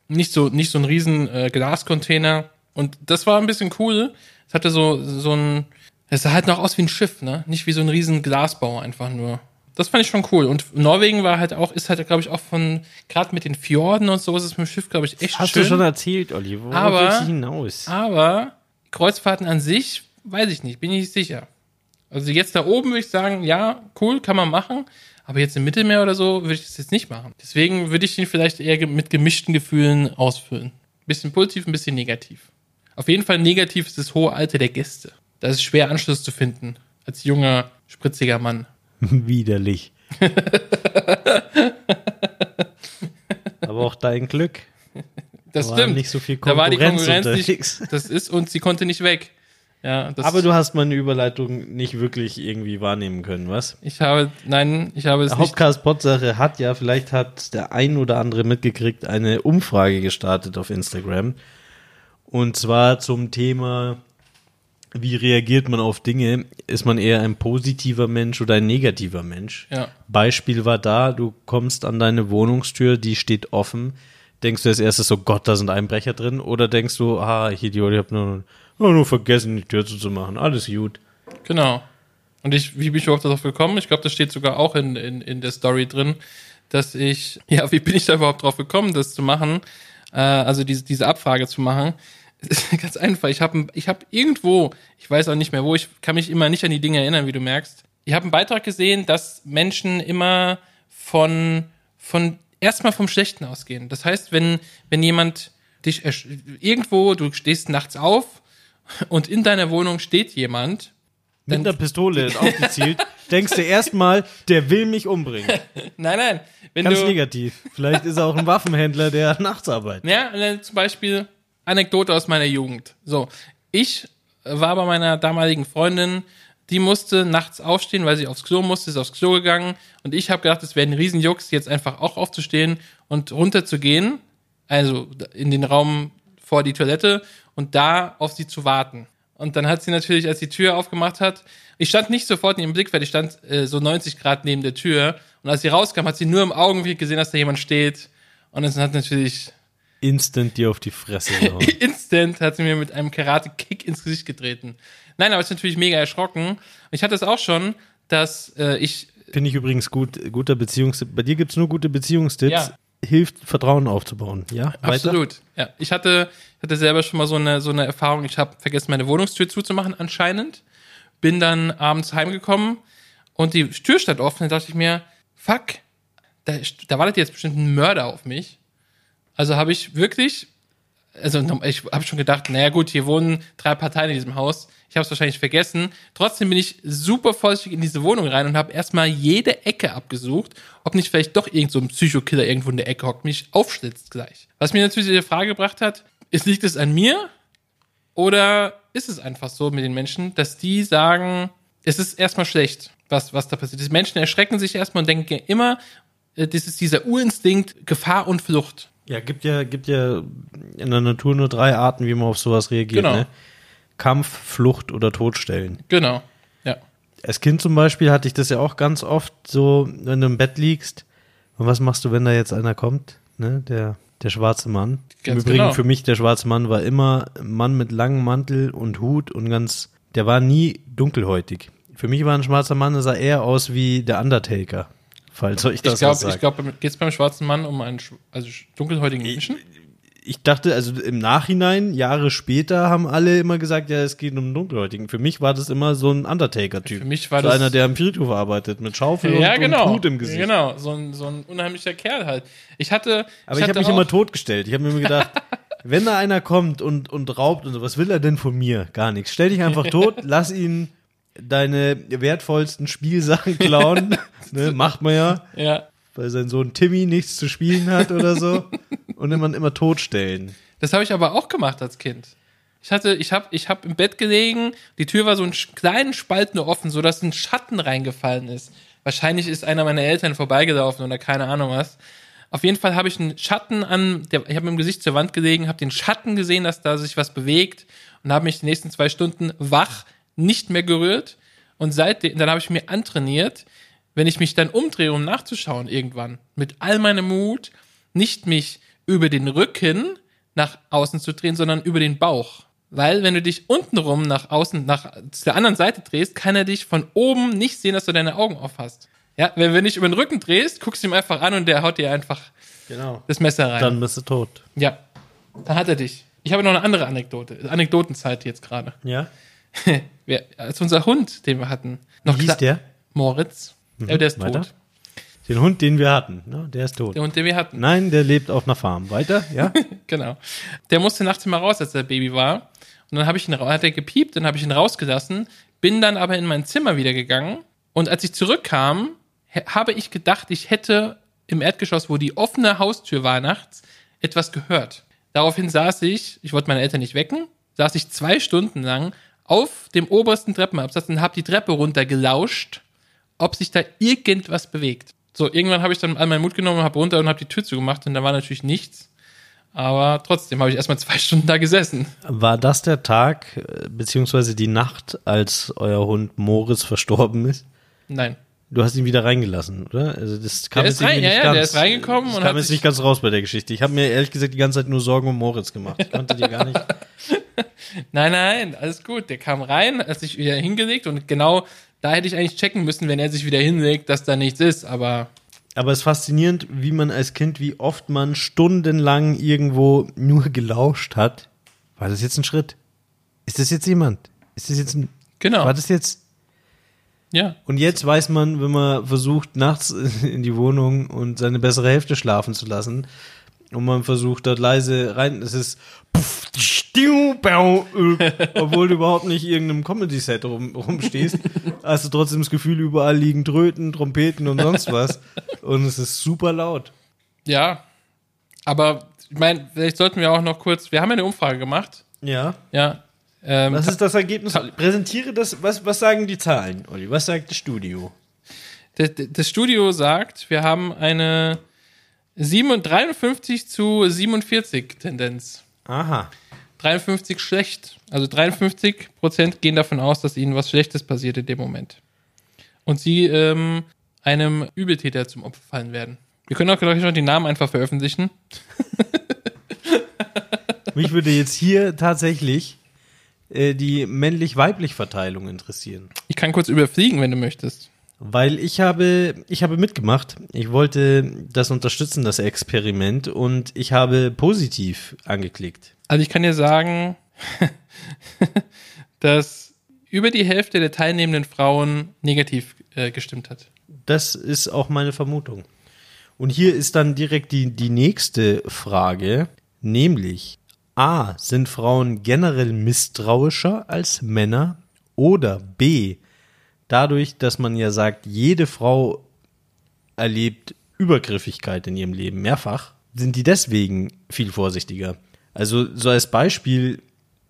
Speaker 3: nicht so, nicht so ein riesen äh, Glascontainer. Und das war ein bisschen cool. Es hatte so, so ein, es sah halt noch aus wie ein Schiff, ne? Nicht wie so ein riesen Glasbau einfach nur. Das fand ich schon cool. Und Norwegen war halt auch, ist halt, glaube ich, auch von, gerade mit den Fjorden und so ist es mit dem Schiff, glaube ich, echt
Speaker 2: Hast
Speaker 3: schön.
Speaker 2: du schon erzählt, Olli? Worauf
Speaker 3: Aber-
Speaker 2: willst du hinaus?
Speaker 3: Aber Kreuzfahrten an sich, weiß ich nicht, bin ich nicht sicher. Also jetzt da oben würde ich sagen, ja, cool, kann man machen. Aber jetzt im Mittelmeer oder so würde ich das jetzt nicht machen. Deswegen würde ich ihn vielleicht eher ge- mit gemischten Gefühlen ausfüllen. Bisschen positiv, ein bisschen negativ. Auf jeden Fall negativ ist das hohe Alter der Gäste. Da ist es schwer, Anschluss zu finden. Als junger, spritziger Mann.
Speaker 2: Widerlich. Aber auch dein Glück.
Speaker 3: Das
Speaker 2: Da war
Speaker 3: stimmt.
Speaker 2: nicht so viel
Speaker 3: da war die
Speaker 2: Konkurrenz
Speaker 3: Konkurrenz
Speaker 2: unterwegs.
Speaker 3: nicht. Das ist und sie konnte nicht weg. Ja, das
Speaker 2: Aber du hast meine Überleitung nicht wirklich irgendwie wahrnehmen können, was?
Speaker 3: Ich habe, nein, ich habe es nicht
Speaker 2: Hauptcast Potsache hat ja, vielleicht hat der ein oder andere mitgekriegt, eine Umfrage gestartet auf Instagram. Und zwar zum Thema, wie reagiert man auf Dinge? Ist man eher ein positiver Mensch oder ein negativer Mensch?
Speaker 3: Ja.
Speaker 2: Beispiel war da, du kommst an deine Wohnungstür, die steht offen. Denkst du als erstes so, Gott, da sind Einbrecher drin? Oder denkst du, ah, ich Idiot, ich hab nur, nur, nur vergessen, die Tür zuzumachen. Alles gut.
Speaker 3: Genau. Und ich, wie bin ich überhaupt darauf gekommen? Ich glaube, das steht sogar auch in, in, in der Story drin, dass ich, ja, wie bin ich da überhaupt drauf gekommen, das zu machen, äh, also diese, diese Abfrage zu machen? Ganz einfach, ich habe ich hab irgendwo, ich weiß auch nicht mehr wo, ich kann mich immer nicht an die Dinge erinnern, wie du merkst. Ich habe einen Beitrag gesehen, dass Menschen immer von, von erstmal vom Schlechten ausgehen. Das heißt, wenn, wenn jemand dich ersch- irgendwo, du stehst nachts auf und in deiner Wohnung steht jemand,
Speaker 2: mit einer Pistole aufgezielt, denkst du erstmal, der will mich umbringen.
Speaker 3: Nein, nein. Wenn
Speaker 2: Ganz
Speaker 3: du,
Speaker 2: negativ. Vielleicht ist er auch ein Waffenhändler, der nachts arbeitet.
Speaker 3: Ja, und dann zum Beispiel Anekdote aus meiner Jugend. So, ich war bei meiner damaligen Freundin Die musste nachts aufstehen, weil sie aufs Klo musste, ist aufs Klo gegangen. Und ich habe gedacht, es wäre ein Riesenjux, jetzt einfach auch aufzustehen und runterzugehen, also in den Raum vor die Toilette und da auf sie zu warten. Und dann hat sie natürlich, als die Tür aufgemacht hat, ich stand nicht sofort in ihrem Blickfeld, ich stand äh, so 90 Grad neben der Tür. Und als sie rauskam, hat sie nur im Augenblick gesehen, dass da jemand steht. Und es hat natürlich
Speaker 2: Instant dir auf die Fresse gehauen.
Speaker 3: Instant hat sie mir mit einem Karate-Kick ins Gesicht getreten. Nein, aber ich bin natürlich mega erschrocken. Und Ich hatte es auch schon, dass äh, ich,
Speaker 2: Finde ich übrigens gut, guter Beziehungstipp. Bei dir gibt es nur gute Beziehungstipps.
Speaker 3: Ja.
Speaker 2: Hilft, Vertrauen aufzubauen. Ja,
Speaker 3: absolut, ja, ich hatte, ich hatte selber schon mal so eine, so eine Erfahrung, ich habe vergessen, meine Wohnungstür zuzumachen anscheinend, bin dann abends heimgekommen und die Tür stand offen, dann dachte ich mir, fuck, da, da wartet jetzt bestimmt ein Mörder auf mich. Also habe ich wirklich, also ich habe schon gedacht, naja gut, hier wohnen drei Parteien in diesem Haus. Ich habe es wahrscheinlich vergessen. Trotzdem bin ich super vorsichtig in diese Wohnung rein und habe erstmal jede Ecke abgesucht, ob nicht vielleicht doch irgend so ein Psychokiller irgendwo in der Ecke hockt, mich aufschlitzt gleich. Was mir natürlich die Frage gebracht hat, ist, liegt es an mir oder ist es einfach so mit den Menschen, dass die sagen, es ist erstmal schlecht, was, was da passiert ist. Menschen erschrecken sich erstmal und denken ja immer, äh, das ist dieser Urinstinkt Gefahr und Flucht.
Speaker 2: Ja, gibt ja, gibt ja in der Natur nur drei Arten, wie man auf sowas reagiert.
Speaker 3: Genau.
Speaker 2: Ne? Kampf, Flucht oder Todstellen.
Speaker 3: Genau. Ja.
Speaker 2: Als Kind zum Beispiel hatte ich das ja auch ganz oft so, wenn du im Bett liegst. Und was machst du, wenn da jetzt einer kommt? Ne? Der, der schwarze Mann.
Speaker 3: Ganz
Speaker 2: Im Übrigen
Speaker 3: genau.
Speaker 2: für mich, der schwarze Mann war immer ein Mann mit langem Mantel und Hut und ganz, der war nie dunkelhäutig. Für mich war ein schwarzer Mann, der sah eher aus wie der Undertaker. Falls euch das
Speaker 3: Ich glaube,
Speaker 2: was sagt.
Speaker 3: ich glaube, geht es beim schwarzen Mann um einen sch- also sch- dunkelhäutigen Menschen?
Speaker 2: ich dachte, also im Nachhinein, Jahre später, haben alle immer gesagt, ja, es geht um einen Dunkelhäutigen. Für mich war das immer so ein Undertaker-Typ.
Speaker 3: Für mich war
Speaker 2: so
Speaker 3: das-
Speaker 2: einer, der am Friedhof arbeitet, mit Schaufel
Speaker 3: ja,
Speaker 2: und,
Speaker 3: genau.
Speaker 2: und Hut im Gesicht.
Speaker 3: Genau, so ein, so ein unheimlicher Kerl halt. Ich hatte.
Speaker 2: Aber ich,
Speaker 3: hatte
Speaker 2: habe mich
Speaker 3: auch-
Speaker 2: immer totgestellt. Ich habe mir immer gedacht, wenn da einer kommt und, und raubt und so, was will er denn von mir? Gar nichts. Stell dich einfach tot, lass ihn deine wertvollsten Spielsachen klauen. ne, macht man ja,
Speaker 3: Ja.
Speaker 2: weil sein Sohn Timmy nichts zu spielen hat oder so. Und dann man immer totstellen.
Speaker 3: Das habe ich aber auch gemacht als Kind. Ich hatte, ich habe, ich habe im Bett gelegen. Die Tür war so einen sch- kleinen Spalt nur offen, so dass ein Schatten reingefallen ist. Wahrscheinlich ist einer meiner Eltern vorbeigelaufen oder keine Ahnung was. Auf jeden Fall habe ich einen Schatten an, der, ich habe mit dem Gesicht zur Wand gelegen, habe den Schatten gesehen, dass da sich was bewegt und habe mich die nächsten zwei Stunden wach nicht mehr gerührt. Und seitdem, dann habe ich mir antrainiert, wenn ich mich dann umdrehe, um nachzuschauen irgendwann, mit all meinem Mut, nicht mich über den Rücken nach außen zu drehen, sondern über den Bauch. Weil wenn du dich untenrum nach außen, nach zu der anderen Seite drehst, kann er dich von oben nicht sehen, dass du deine Augen auf hast. Ja, wenn, wenn du dich über den Rücken drehst, guckst du ihm einfach an und der haut dir einfach
Speaker 2: Genau.
Speaker 3: das Messer rein.
Speaker 2: Dann bist du tot.
Speaker 3: Ja, dann hat er dich. Ich habe noch eine andere Anekdote, Anekdotenzeit jetzt gerade.
Speaker 2: Ja?
Speaker 3: Wir- Als unser Hund, den wir hatten, noch
Speaker 2: Wie
Speaker 3: kla-
Speaker 2: hieß der?
Speaker 3: Moritz. Ja, der ist
Speaker 2: weiter.
Speaker 3: tot.
Speaker 2: Den Hund, den wir hatten, ne? der ist tot.
Speaker 3: Der Hund, den wir hatten.
Speaker 2: Nein, der lebt auf einer Farm. Weiter, ja?
Speaker 3: Genau. Der musste nachts immer raus, als er Baby war. Und dann habe ich ihn, ra- hat er gepiept, dann habe ich ihn rausgelassen, bin dann aber in mein Zimmer wieder gegangen. Und als ich zurückkam, he- habe ich gedacht, ich hätte im Erdgeschoss, wo die offene Haustür war nachts, etwas gehört. Daraufhin saß ich, ich wollte meine Eltern nicht wecken, saß ich zwei Stunden lang auf dem obersten Treppenabsatz und habe die Treppe runter gelauscht ob sich da irgendwas bewegt. So, irgendwann habe ich dann all meinen Mut genommen, habe runter und habe die Tür zugemacht und da war natürlich nichts. Aber trotzdem habe ich erstmal zwei Stunden da gesessen.
Speaker 2: War das der Tag, äh, beziehungsweise die Nacht, als euer Hund Moritz verstorben ist?
Speaker 3: Nein.
Speaker 2: Du hast ihn wieder reingelassen, oder? Also das kam
Speaker 3: Der
Speaker 2: jetzt
Speaker 3: ist rein-
Speaker 2: irgendwie nicht
Speaker 3: ja, ja,
Speaker 2: ganz,
Speaker 3: der ist reingekommen
Speaker 2: das
Speaker 3: und
Speaker 2: kam
Speaker 3: hat
Speaker 2: jetzt
Speaker 3: sich-
Speaker 2: nicht ganz raus bei der Geschichte. Ich habe mir ehrlich gesagt die ganze Zeit nur Sorgen um Moritz gemacht. Ich konnte dir gar nicht.
Speaker 3: Nein, nein, alles gut. Der kam rein, hat sich wieder hingelegt und genau da hätte ich eigentlich checken müssen, wenn er sich wieder hinlegt, dass da nichts ist. Aber
Speaker 2: Aber es ist faszinierend, wie man als Kind, wie oft man stundenlang irgendwo nur gelauscht hat. War das jetzt ein Schritt? Ist das jetzt jemand? Ist das jetzt ein?
Speaker 3: genau.
Speaker 2: War das jetzt?
Speaker 3: Ja.
Speaker 2: Und jetzt weiß man, wenn man versucht, nachts in die Wohnung und seine bessere Hälfte schlafen zu lassen, und man versucht dort leise rein, es ist puff, stiu, bau, äh, obwohl du überhaupt nicht irgendeinem Comedy-Set rum, rumstehst, hast du trotzdem das Gefühl, überall liegen Tröten, Trompeten und sonst was. Und es ist super laut.
Speaker 3: Ja. Aber ich meine, vielleicht sollten wir auch noch kurz, wir haben ja eine Umfrage gemacht.
Speaker 2: Ja.
Speaker 3: Ja. Ähm,
Speaker 2: Was
Speaker 3: ta-
Speaker 2: ist das Ergebnis? Präsentiere das. Was, was sagen die Zahlen, Olli? Was sagt das Studio?
Speaker 3: das, das Studio sagt, wir haben eine 7 53 zu 47 Tendenz.
Speaker 2: Aha.
Speaker 3: 53 schlecht. Also 53 Prozent gehen davon aus, dass ihnen was Schlechtes passiert in dem Moment. Und sie ähm, einem Übeltäter zum Opfer fallen werden. Wir können auch gleich noch die Namen einfach veröffentlichen.
Speaker 2: Mich würde jetzt hier tatsächlich äh, die männlich-weiblich Verteilung interessieren.
Speaker 3: Ich kann kurz überfliegen, wenn du möchtest.
Speaker 2: Weil ich habe, ich habe mitgemacht. Ich wollte das unterstützen, das Experiment, und ich habe positiv angeklickt.
Speaker 3: Also ich kann dir sagen, dass über die Hälfte der teilnehmenden Frauen negativ äh, gestimmt hat.
Speaker 2: Das ist auch meine Vermutung. Und hier ist dann direkt die, die nächste Frage, nämlich A, sind Frauen generell misstrauischer als Männer? Oder B, dadurch, dass man ja sagt, jede Frau erlebt Übergriffigkeit in ihrem Leben mehrfach, sind die deswegen viel vorsichtiger. Also so als Beispiel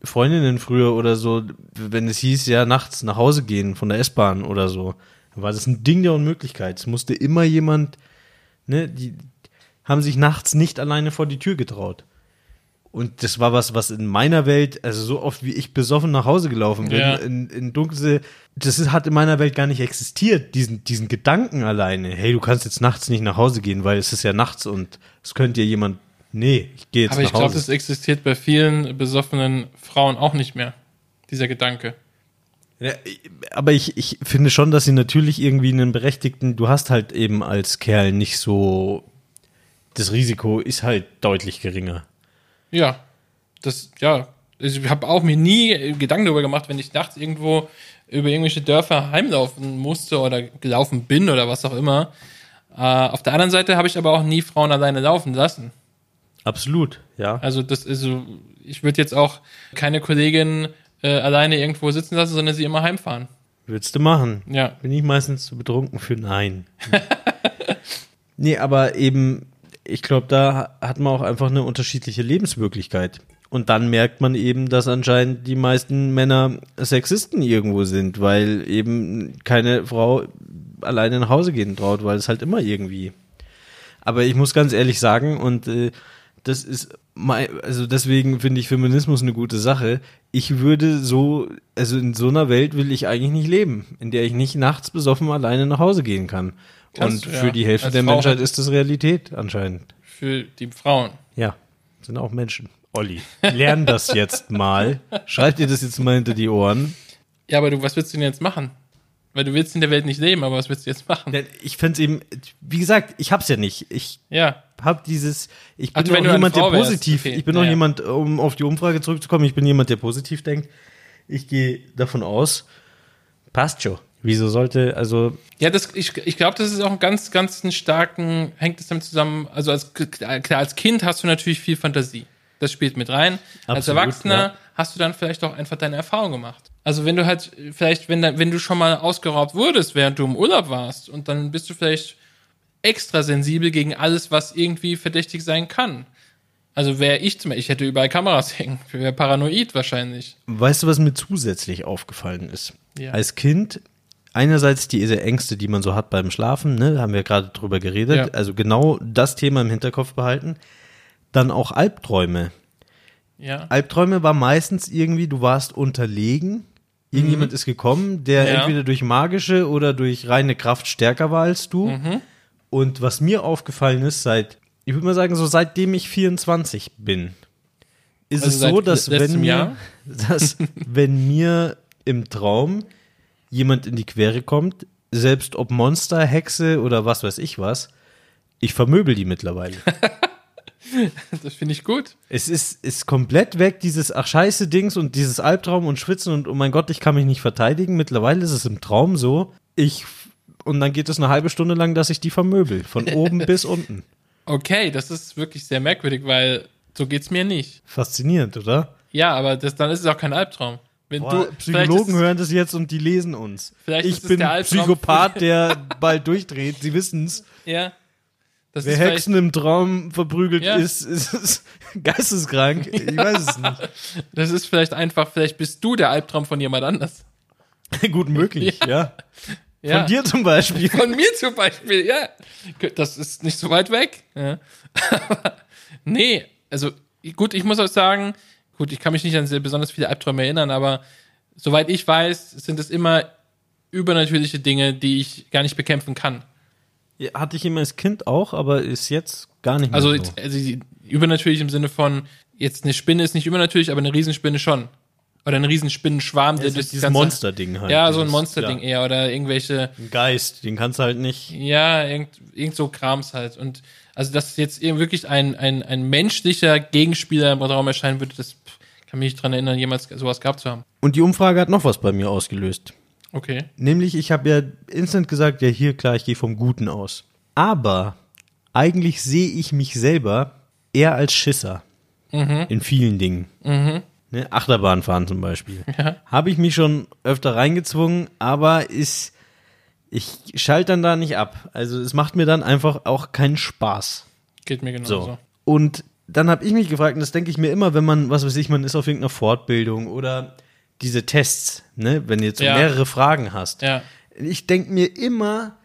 Speaker 2: Freundinnen früher oder so, wenn es hieß, ja, nachts nach Hause gehen von der S-Bahn oder so, dann war das ein Ding der Unmöglichkeit. Es musste immer jemand, ne, die haben sich nachts nicht alleine vor die Tür getraut. Und das war was, was in meiner Welt, also so oft wie ich besoffen nach Hause gelaufen bin,
Speaker 3: Ja.
Speaker 2: in, in dunkel, das ist, hat in meiner Welt gar nicht existiert, diesen, diesen Gedanken alleine. Hey, du kannst jetzt nachts nicht nach Hause gehen, weil es ist ja nachts und es könnte ja jemand, nee, ich gehe jetzt
Speaker 3: Aber
Speaker 2: nach
Speaker 3: ich glaube,
Speaker 2: Hause.
Speaker 3: das existiert bei vielen besoffenen Frauen auch nicht mehr, dieser Gedanke.
Speaker 2: Ja, ich- aber ich, ich finde schon, dass sie natürlich irgendwie einen berechtigten, du hast halt eben als Kerl nicht so, das Risiko ist halt deutlich geringer.
Speaker 3: Ja, das, ja. Also Ich habe auch mir nie äh, Gedanken darüber gemacht, wenn ich nachts irgendwo über irgendwelche Dörfer heimlaufen musste oder gelaufen bin oder was auch immer. Äh, auf der anderen Seite habe ich aber auch nie Frauen alleine laufen lassen.
Speaker 2: Absolut, ja.
Speaker 3: Also das ist so, ich würde jetzt auch keine Kollegin äh, alleine irgendwo sitzen lassen, sondern sie immer heimfahren.
Speaker 2: Würdest du machen.
Speaker 3: Ja.
Speaker 2: Bin ich meistens zu betrunken für Nein. nee, aber eben, ich glaube, da hat man auch einfach eine unterschiedliche Lebenswirklichkeit. Und dann merkt man eben, dass anscheinend die meisten Männer Sexisten irgendwo sind, weil eben keine Frau alleine nach Hause gehen traut, weil es halt immer irgendwie. Aber ich muss ganz ehrlich sagen, und äh, das ist mein, also deswegen finde ich Feminismus eine gute Sache. Ich würde so, also in so einer Welt will ich eigentlich nicht leben, in der ich nicht nachts besoffen alleine nach Hause gehen kann.
Speaker 3: Kannst
Speaker 2: und
Speaker 3: du,
Speaker 2: für
Speaker 3: ja.
Speaker 2: die Hälfte
Speaker 3: Als
Speaker 2: der
Speaker 3: Frau
Speaker 2: Menschheit
Speaker 3: halt-
Speaker 2: ist das Realität anscheinend.
Speaker 3: Für die Frauen.
Speaker 2: Ja, sind auch Menschen. Olli, lern das jetzt mal. Schreib dir das jetzt mal hinter die Ohren.
Speaker 3: Ja, aber du, was willst du denn jetzt machen? Weil du willst in der Welt nicht leben, aber was willst du jetzt machen?
Speaker 2: Denn Ich fände es eben, wie gesagt, ich hab's ja nicht. Ich
Speaker 3: Ja.
Speaker 2: hab dieses, ich
Speaker 3: Ach,
Speaker 2: bin
Speaker 3: du, wenn
Speaker 2: auch
Speaker 3: du eine
Speaker 2: jemand, der
Speaker 3: Frau wärst,
Speaker 2: positiv,
Speaker 3: okay,
Speaker 2: ich bin auch
Speaker 3: naja.
Speaker 2: jemand, um auf die Umfrage zurückzukommen, ich bin jemand, der positiv denkt. Ich gehe davon aus, passt schon. Wieso sollte, also,
Speaker 3: Ja, das, ich, ich glaube, das ist auch ein ganz, ganz einen starken, hängt es damit zusammen, also als, klar, als Kind hast du natürlich viel Fantasie. Das spielt mit rein. als
Speaker 2: Absolut,
Speaker 3: Erwachsener
Speaker 2: ja.
Speaker 3: hast du dann vielleicht auch einfach deine Erfahrung gemacht. Also wenn du halt, vielleicht, wenn, da- wenn du schon mal ausgeraubt wurdest, während du im Urlaub warst, und dann bist du vielleicht extra sensibel gegen alles, was irgendwie verdächtig sein kann. Also wäre ich zum Beispiel, ich hätte überall Kameras hängen, ich wäre paranoid wahrscheinlich.
Speaker 2: weißt du, was mir zusätzlich aufgefallen ist?
Speaker 3: Ja.
Speaker 2: Als Kind, einerseits diese Ängste, die man so hat beim Schlafen, ne, da haben wir gerade drüber geredet,
Speaker 3: Ja.
Speaker 2: also genau das Thema im Hinterkopf behalten. Dann auch Albträume.
Speaker 3: Ja.
Speaker 2: Albträume war meistens irgendwie, du warst unterlegen. Irgendjemand ist gekommen, der
Speaker 3: Mhm. Ja.
Speaker 2: entweder durch magische oder durch reine Kraft stärker war als du.
Speaker 3: Mhm.
Speaker 2: Und was mir aufgefallen ist, seit, ich würde mal sagen, so seitdem ich 24 bin, ist
Speaker 3: Also
Speaker 2: es so,
Speaker 3: seit
Speaker 2: dass
Speaker 3: letztem
Speaker 2: wenn mir,
Speaker 3: Jahr?
Speaker 2: dass wenn mir im Traum jemand in die Quere kommt, selbst ob Monster, Hexe oder was weiß ich was, ich vermöbel die mittlerweile.
Speaker 3: Das finde ich gut.
Speaker 2: Es ist, ist komplett weg, dieses Ach scheiße Dings und dieses Albtraum und Schwitzen und oh mein Gott, ich kann mich nicht verteidigen. Mittlerweile ist es im Traum so. Ich und dann geht es eine halbe Stunde lang, dass ich die vermöbel. Von oben bis unten.
Speaker 3: Okay, das ist wirklich sehr merkwürdig, weil so geht's mir nicht.
Speaker 2: Faszinierend, oder?
Speaker 3: Ja, aber das, dann ist es auch kein Albtraum. Wenn
Speaker 2: Boah,
Speaker 3: du,
Speaker 2: Psychologen
Speaker 3: vielleicht
Speaker 2: hören das jetzt und die lesen uns.
Speaker 3: Vielleicht
Speaker 2: ich
Speaker 3: ist es
Speaker 2: bin
Speaker 3: der Albtraum-
Speaker 2: Psychopath, der bald durchdreht. Sie wissen's.
Speaker 3: ist, Ja, Das
Speaker 2: Wer
Speaker 3: ist vielleicht-
Speaker 2: Hexen im Traum verprügelt
Speaker 3: Ja.
Speaker 2: ist, ist, ist geisteskrank. Ich weiß es nicht.
Speaker 3: Das ist vielleicht einfach, vielleicht bist du der Albtraum von jemand anders.
Speaker 2: Gut möglich, ja.
Speaker 3: Ja.
Speaker 2: Von dir zum Beispiel.
Speaker 3: Von mir zum Beispiel, ja. Das ist nicht so weit weg. Ja. Aber nee, also gut, ich muss auch sagen, gut, ich kann mich nicht an sehr besonders viele Albträume erinnern, aber soweit ich weiß, sind es immer übernatürliche Dinge, die ich gar nicht bekämpfen kann.
Speaker 2: Ja, Hatte ich immer als Kind auch, aber ist jetzt gar nicht mehr
Speaker 3: Also,
Speaker 2: so.
Speaker 3: jetzt, also die- übernatürlich im Sinne von, jetzt eine Spinne ist nicht übernatürlich, aber eine Riesenspinne schon. Oder ein Riesenspinnenschwarm, der
Speaker 2: Das
Speaker 3: durch
Speaker 2: ist
Speaker 3: die
Speaker 2: dieses
Speaker 3: ganze-
Speaker 2: Monsterding halt.
Speaker 3: Ja, so ein
Speaker 2: Dieses-
Speaker 3: Monsterding eh.
Speaker 2: ja.
Speaker 3: eher. Oder irgendwelche
Speaker 2: Ein Geist, den kannst du halt nicht.
Speaker 3: Ja, irgend, irgend so Krams halt. Und also, dass jetzt eben wirklich ein, ein, ein menschlicher Gegenspieler im Raum erscheinen würde, das pff, kann mich nicht dran erinnern, jemals sowas gehabt zu haben.
Speaker 2: Und die Umfrage hat noch was bei mir ausgelöst.
Speaker 3: Okay.
Speaker 2: Nämlich, ich habe ja instant gesagt, ja hier, klar, ich gehe vom Guten aus. Aber eigentlich sehe ich mich selber eher als Schisser. In vielen Dingen. Ne, Achterbahn fahren zum Beispiel. Habe ich mich schon öfter reingezwungen, aber ist, ich schalte dann da nicht ab. Also es macht mir dann einfach auch keinen Spaß.
Speaker 3: Geht mir genauso.
Speaker 2: So. Und dann habe ich mich gefragt, und das denke ich mir immer, wenn man, was weiß ich, man ist auf irgendeiner Fortbildung oder diese Tests, ne, wenn du jetzt so
Speaker 3: Ja.
Speaker 2: mehrere Fragen hast.
Speaker 3: Ja.
Speaker 2: Ich denke mir immer,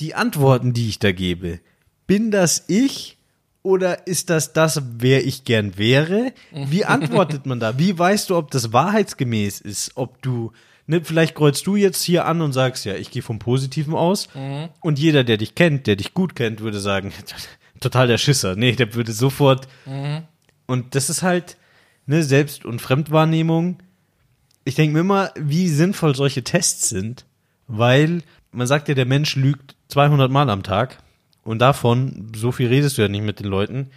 Speaker 2: die Antworten, die ich da gebe, bin das ich oder ist das das, wer ich gern wäre? Wie antwortet man da? Wie weißt du, ob das wahrheitsgemäß ist? Ob du, ne, vielleicht kreuzt du jetzt hier an und sagst, ja, ich gehe vom Positiven aus. Und jeder, der dich kennt, der dich gut kennt, würde sagen, total der Schisser. Nee, der würde sofort. Und das ist halt, ne, Selbst- und Fremdwahrnehmung ich denke mir immer, wie sinnvoll solche Tests sind, weil man sagt ja, der Mensch lügt 200 Mal am Tag und davon, so viel redest du ja nicht mit den Leuten,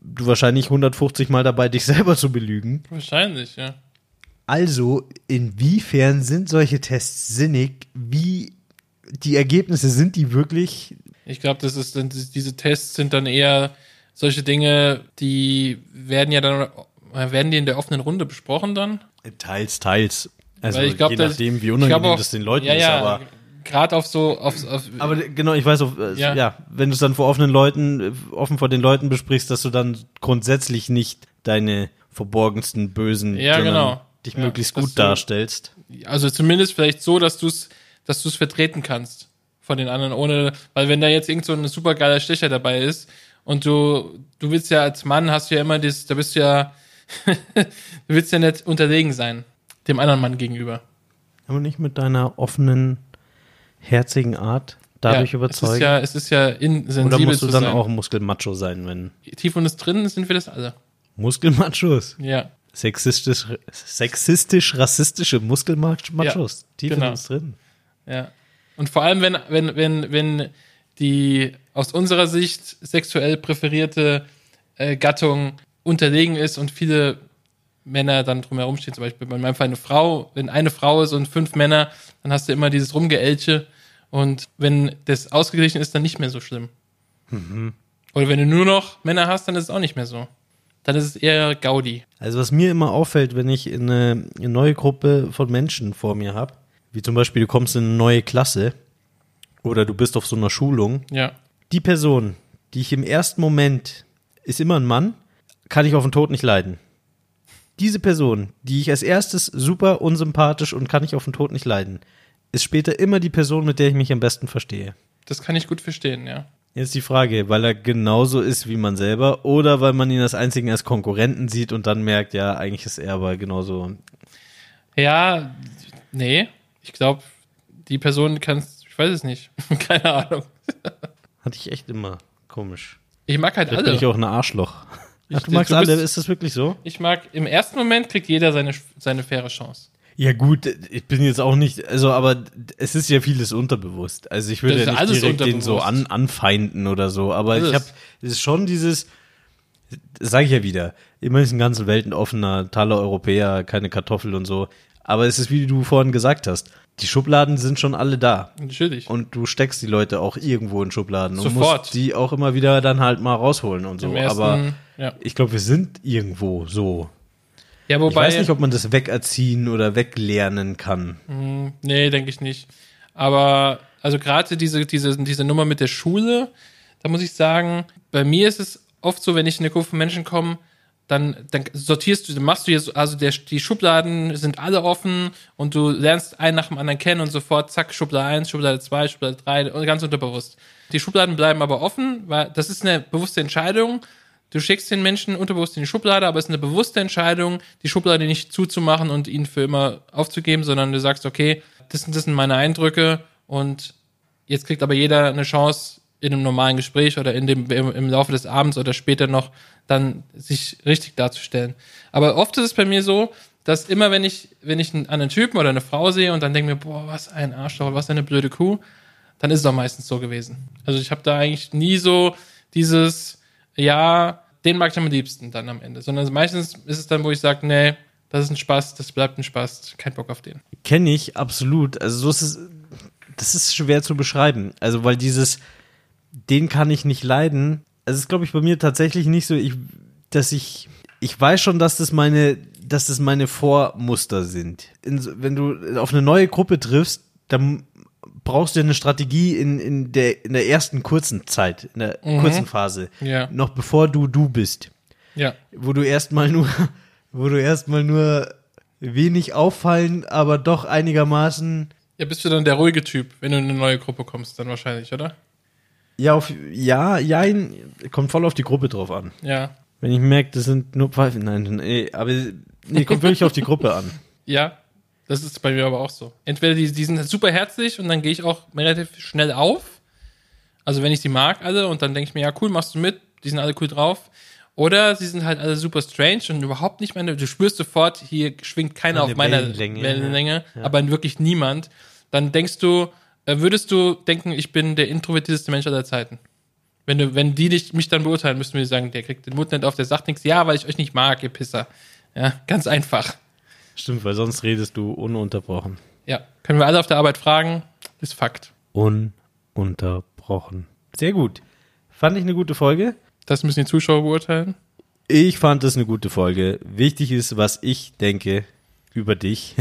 Speaker 2: du wahrscheinlich 150 Mal dabei, dich selber zu belügen.
Speaker 3: Wahrscheinlich, ja.
Speaker 2: Also, inwiefern sind solche Tests sinnig? Wie die Ergebnisse sind die wirklich?
Speaker 3: Ich glaube, das ist dann, diese Tests sind dann eher solche Dinge, die werden ja dann, werden die in der offenen Runde besprochen dann?
Speaker 2: Teils, teils. Also,
Speaker 3: Weil ich glaub,
Speaker 2: je
Speaker 3: dass-
Speaker 2: nachdem, wie
Speaker 3: ich
Speaker 2: unangenehm
Speaker 3: glaub auch-
Speaker 2: das den Leuten
Speaker 3: ja, genau.
Speaker 2: ist,
Speaker 3: ja,
Speaker 2: aber.
Speaker 3: Gerade auf so, auf, auf
Speaker 2: Aber d- genau, ich weiß, auf, äh,
Speaker 3: Ja.
Speaker 2: ja. wenn du es dann vor offenen Leuten, äh, offen vor den Leuten besprichst, dass du dann grundsätzlich nicht deine verborgensten Bösen,
Speaker 3: Ja,
Speaker 2: sondern
Speaker 3: genau.
Speaker 2: dich
Speaker 3: Ja,
Speaker 2: möglichst
Speaker 3: dass
Speaker 2: gut
Speaker 3: du-
Speaker 2: darstellst.
Speaker 3: also zumindest vielleicht so, dass du es dass du's vertreten kannst von den anderen, ohne, weil wenn da jetzt irgend so ein supergeiler Stecher dabei ist und du, du willst ja als Mann hast du ja immer das, da bist du ja, du willst ja nicht unterlegen sein, dem anderen Mann gegenüber.
Speaker 2: Aber nicht mit deiner offenen, herzigen Art dadurch
Speaker 3: ja, Es ist
Speaker 2: überzeugen.
Speaker 3: ja, es ist ja
Speaker 2: Oder
Speaker 3: insensibel
Speaker 2: musst du
Speaker 3: zu
Speaker 2: dann
Speaker 3: sein.
Speaker 2: auch Muskelmacho sein, wenn
Speaker 3: Tief und drin sind wir das alle.
Speaker 2: Muskelmachos,
Speaker 3: Ja.
Speaker 2: sexistisch, sexistisch, rassistische Muskelmachos, tief
Speaker 3: genau.
Speaker 2: in uns drin.
Speaker 3: Ja. Und vor allem, wenn, wenn, wenn, wenn die aus unserer Sicht sexuell präferierte äh, Gattung unterlegen ist und viele Männer dann drumherum stehen, zum Beispiel bei meinem Fall eine Frau, wenn eine Frau ist und fünf Männer, dann hast du immer dieses Rumgeälche und wenn das ausgeglichen ist, dann nicht mehr so schlimm.
Speaker 2: Mhm.
Speaker 3: Oder wenn du nur noch Männer hast, dann ist es auch nicht mehr so. Dann ist es eher Gaudi.
Speaker 2: Also was mir immer auffällt, wenn ich eine, eine neue Gruppe von Menschen vor mir habe, wie zum Beispiel du kommst in eine neue Klasse oder du bist auf so einer Schulung,
Speaker 3: Ja.
Speaker 2: die Person, die ich im ersten Moment ist immer ein Mann, kann ich auf den Tod nicht leiden. Diese Person, die ich als erstes super unsympathisch und kann ich auf den Tod nicht leiden, ist später immer die Person, mit der ich mich am besten verstehe.
Speaker 3: Das kann ich gut verstehen, ja.
Speaker 2: Jetzt die Frage, weil er genauso ist wie man selber oder weil man ihn als einzigen als Konkurrenten sieht und dann merkt, ja, eigentlich ist er aber genauso
Speaker 3: Ja, nee. Ich glaube, die Person kannst, ich weiß es nicht. Keine Ahnung.
Speaker 2: Hatte ich echt immer. Komisch.
Speaker 3: Ich mag halt
Speaker 2: Vielleicht
Speaker 3: alle.
Speaker 2: bin ich
Speaker 3: Ich,
Speaker 2: auch ein Arschloch. Ach, also du
Speaker 3: du
Speaker 2: magst
Speaker 3: bist-
Speaker 2: alle, ist das wirklich so?
Speaker 3: mag, im ersten Moment kriegt jeder seine, seine faire Chance.
Speaker 2: Ja gut, ich bin jetzt auch nicht, also aber es ist ja vieles unterbewusst. Also ich würde
Speaker 3: Das
Speaker 2: ja
Speaker 3: ist
Speaker 2: nicht
Speaker 3: alles
Speaker 2: direkt den so an,
Speaker 3: unterbewusst.
Speaker 2: anfeinden oder so, aber
Speaker 3: Alles.
Speaker 2: ich habe, es ist schon dieses, das sage ich ja wieder, immer ist in ganzen Welten offener, taler Europäer, keine Kartoffel und so. Aber es ist, wie du vorhin gesagt hast, die Schubladen sind schon alle da.
Speaker 3: Natürlich.
Speaker 2: Und du steckst die Leute auch irgendwo in Schubladen und
Speaker 3: Sofort.
Speaker 2: musst die auch immer wieder dann halt mal rausholen und so.
Speaker 3: Im ersten,
Speaker 2: aber
Speaker 3: ja.
Speaker 2: ich glaube, wir sind irgendwo so.
Speaker 3: ja,
Speaker 2: Ich
Speaker 3: wobei.
Speaker 2: weiß nicht, ob man das wegerziehen oder weglernen kann.
Speaker 3: nee, denke ich nicht. Aber, also gerade diese, diese, diese Nummer mit der Schule, da muss ich sagen, bei mir ist es oft so, wenn ich in eine Gruppe von Menschen komme, dann, dann sortierst du, dann machst du jetzt, also der, die Schubladen sind alle offen und du lernst einen nach dem anderen kennen und sofort, zack, Schublade 1, Schublade 2, Schublade 3, und ganz unterbewusst. Die Schubladen bleiben aber offen, weil das ist eine bewusste Entscheidung. Du schickst den Menschen unterbewusst in die Schublade, aber es ist eine bewusste Entscheidung, die Schublade nicht zuzumachen und ihn für immer aufzugeben, sondern du sagst, okay, das, sind- das sind meine Eindrücke und jetzt kriegt aber jeder eine Chance, in einem normalen Gespräch oder in dem, im, im Laufe des Abends oder später noch dann sich richtig darzustellen. Aber oft ist es bei mir so, dass immer wenn ich, wenn ich einen anderen Typen oder eine Frau sehe und dann denke mir, boah, was ein Arschloch, was eine blöde Kuh, dann ist es auch meistens so gewesen. Also ich habe da eigentlich nie so dieses, ja, den mag ich am liebsten dann am Ende, sondern meistens ist es dann, wo ich sage, nee, das ist ein Spaß, das bleibt ein Spaß, kein Bock auf den.
Speaker 2: Kenne ich absolut. Also so ist es, das ist schwer zu beschreiben. Also weil dieses, den kann ich nicht leiden. Also es ist, glaube ich, bei mir tatsächlich nicht so, ich, dass ich, ich weiß schon, dass das meine, dass das meine Vormuster sind. In, so- wenn du auf eine neue Gruppe triffst, dann brauchst du ja eine Strategie in, in, der, in der ersten kurzen Zeit, in der kurzen Phase.
Speaker 3: Mhm. Ja.
Speaker 2: Noch bevor du du bist
Speaker 3: Ja,
Speaker 2: wo du erstmal nur, wo du erstmal nur wenig auffallen, aber doch einigermaßen.
Speaker 3: Ja, bist du dann der ruhige Typ, wenn du in eine neue Gruppe kommst, dann wahrscheinlich, oder?
Speaker 2: Ja, auf, ja, ja, kommt voll auf die Gruppe drauf an.
Speaker 3: Ja.
Speaker 2: Wenn ich merke, das sind nur Pfeifen, nein, nee, aber nee, kommt wirklich auf die Gruppe an.
Speaker 3: Ja. Das ist bei mir aber auch so. Entweder die, die sind super herzlich und dann gehe ich auch relativ schnell auf. Also wenn ich die mag alle und dann denke ich mir, ja cool, machst du mit, die sind alle cool drauf. Oder sie sind halt alle super strange und überhaupt nicht meine, du spürst sofort, hier schwingt keiner
Speaker 2: Eine
Speaker 3: auf meiner
Speaker 2: Wellenlänge,
Speaker 3: Wellenlänge,
Speaker 2: ja. Ja.
Speaker 3: aber wirklich niemand. Dann denkst du, äh, würdest du denken, ich bin der introvertierteste Mensch aller Zeiten. Wenn, du, wenn die dich, mich dann beurteilen, müssten wir sagen, der kriegt den Mund nicht auf, der sagt nichts, ja, weil ich euch nicht mag, ihr Pisser. Ja, ganz einfach.
Speaker 2: Stimmt, weil sonst redest du ununterbrochen.
Speaker 3: Ja, können wir alle auf der Arbeit fragen, ist Fakt.
Speaker 2: Ununterbrochen. Sehr gut. Fand ich eine gute Folge.
Speaker 3: Das müssen die Zuschauer beurteilen.
Speaker 2: Ich fand es eine gute Folge. Wichtig ist, was ich denke über dich.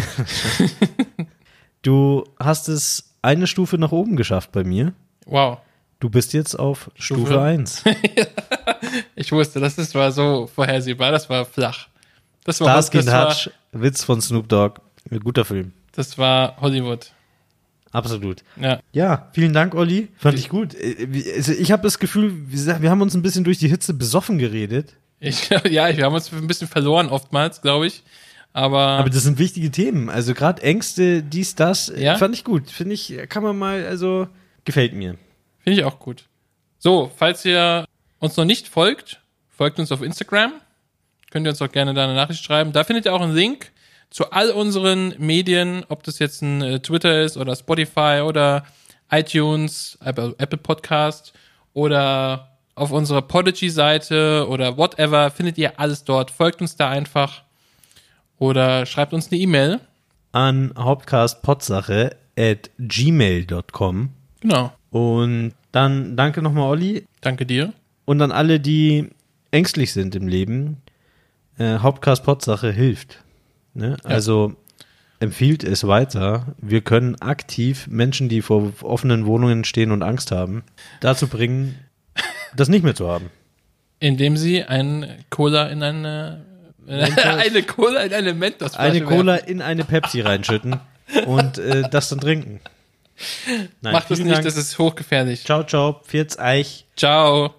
Speaker 2: du hast es eine Stufe nach oben geschafft bei mir.
Speaker 3: Wow.
Speaker 2: Du bist jetzt auf Stufe
Speaker 3: Stufe?
Speaker 2: 1.
Speaker 3: Ich wusste, das ist, war so vorhersehbar, das war flach. Das war,
Speaker 2: Starsky
Speaker 3: das
Speaker 2: und
Speaker 3: war,
Speaker 2: Hutch, Witz von Snoop Dogg. Ein guter Film.
Speaker 3: das war Hollywood.
Speaker 2: Absolut.
Speaker 3: Ja.
Speaker 2: Ja, vielen Dank, Olli. Fand ich gut. Äh, wie- Also ich habe das Gefühl, wie gesagt, wir haben uns ein bisschen durch die Hitze besoffen geredet.
Speaker 3: Ich, ja, wir haben uns ein bisschen verloren oftmals, glaube ich. Aber,
Speaker 2: Aber das sind wichtige Themen. Also gerade Ängste, dies, das, äh,
Speaker 3: Ja?
Speaker 2: fand ich gut. Finde ich, kann man mal, also gefällt mir.
Speaker 3: finde ich auch gut. So, falls ihr uns noch nicht folgt, folgt uns auf Instagram. Könnt ihr uns auch gerne da eine Nachricht schreiben. Da findet ihr auch einen Link zu all unseren Medien, ob das jetzt ein äh, Twitter ist oder Spotify oder iTunes, Apple, Apple Podcast oder auf unserer Podigy-Seite oder whatever, findet ihr alles dort. Folgt uns da einfach oder schreibt uns eine E-Mail.
Speaker 2: an hauptcastpotsache at gmail.com.
Speaker 3: Genau.
Speaker 2: Und dann danke nochmal, Olli.
Speaker 3: Danke dir.
Speaker 2: Und an alle, die ängstlich sind im Leben. Äh, Hauptcast-Potsache hilft. Ne? Also empfiehlt es weiter. Wir können aktiv Menschen, die vor offenen Wohnungen stehen und Angst haben, dazu bringen, das nicht mehr zu haben.
Speaker 3: Indem sie einen Cola in eine eine Cola in eine Mentos
Speaker 2: Eine Cola in eine Pepsi reinschütten und äh, das dann trinken. Nein,
Speaker 3: Macht das
Speaker 2: vielen
Speaker 3: nicht,
Speaker 2: Dank.
Speaker 3: das ist hochgefährlich.
Speaker 2: ciao, ciao. Pfiat's Eich.
Speaker 3: Ciao.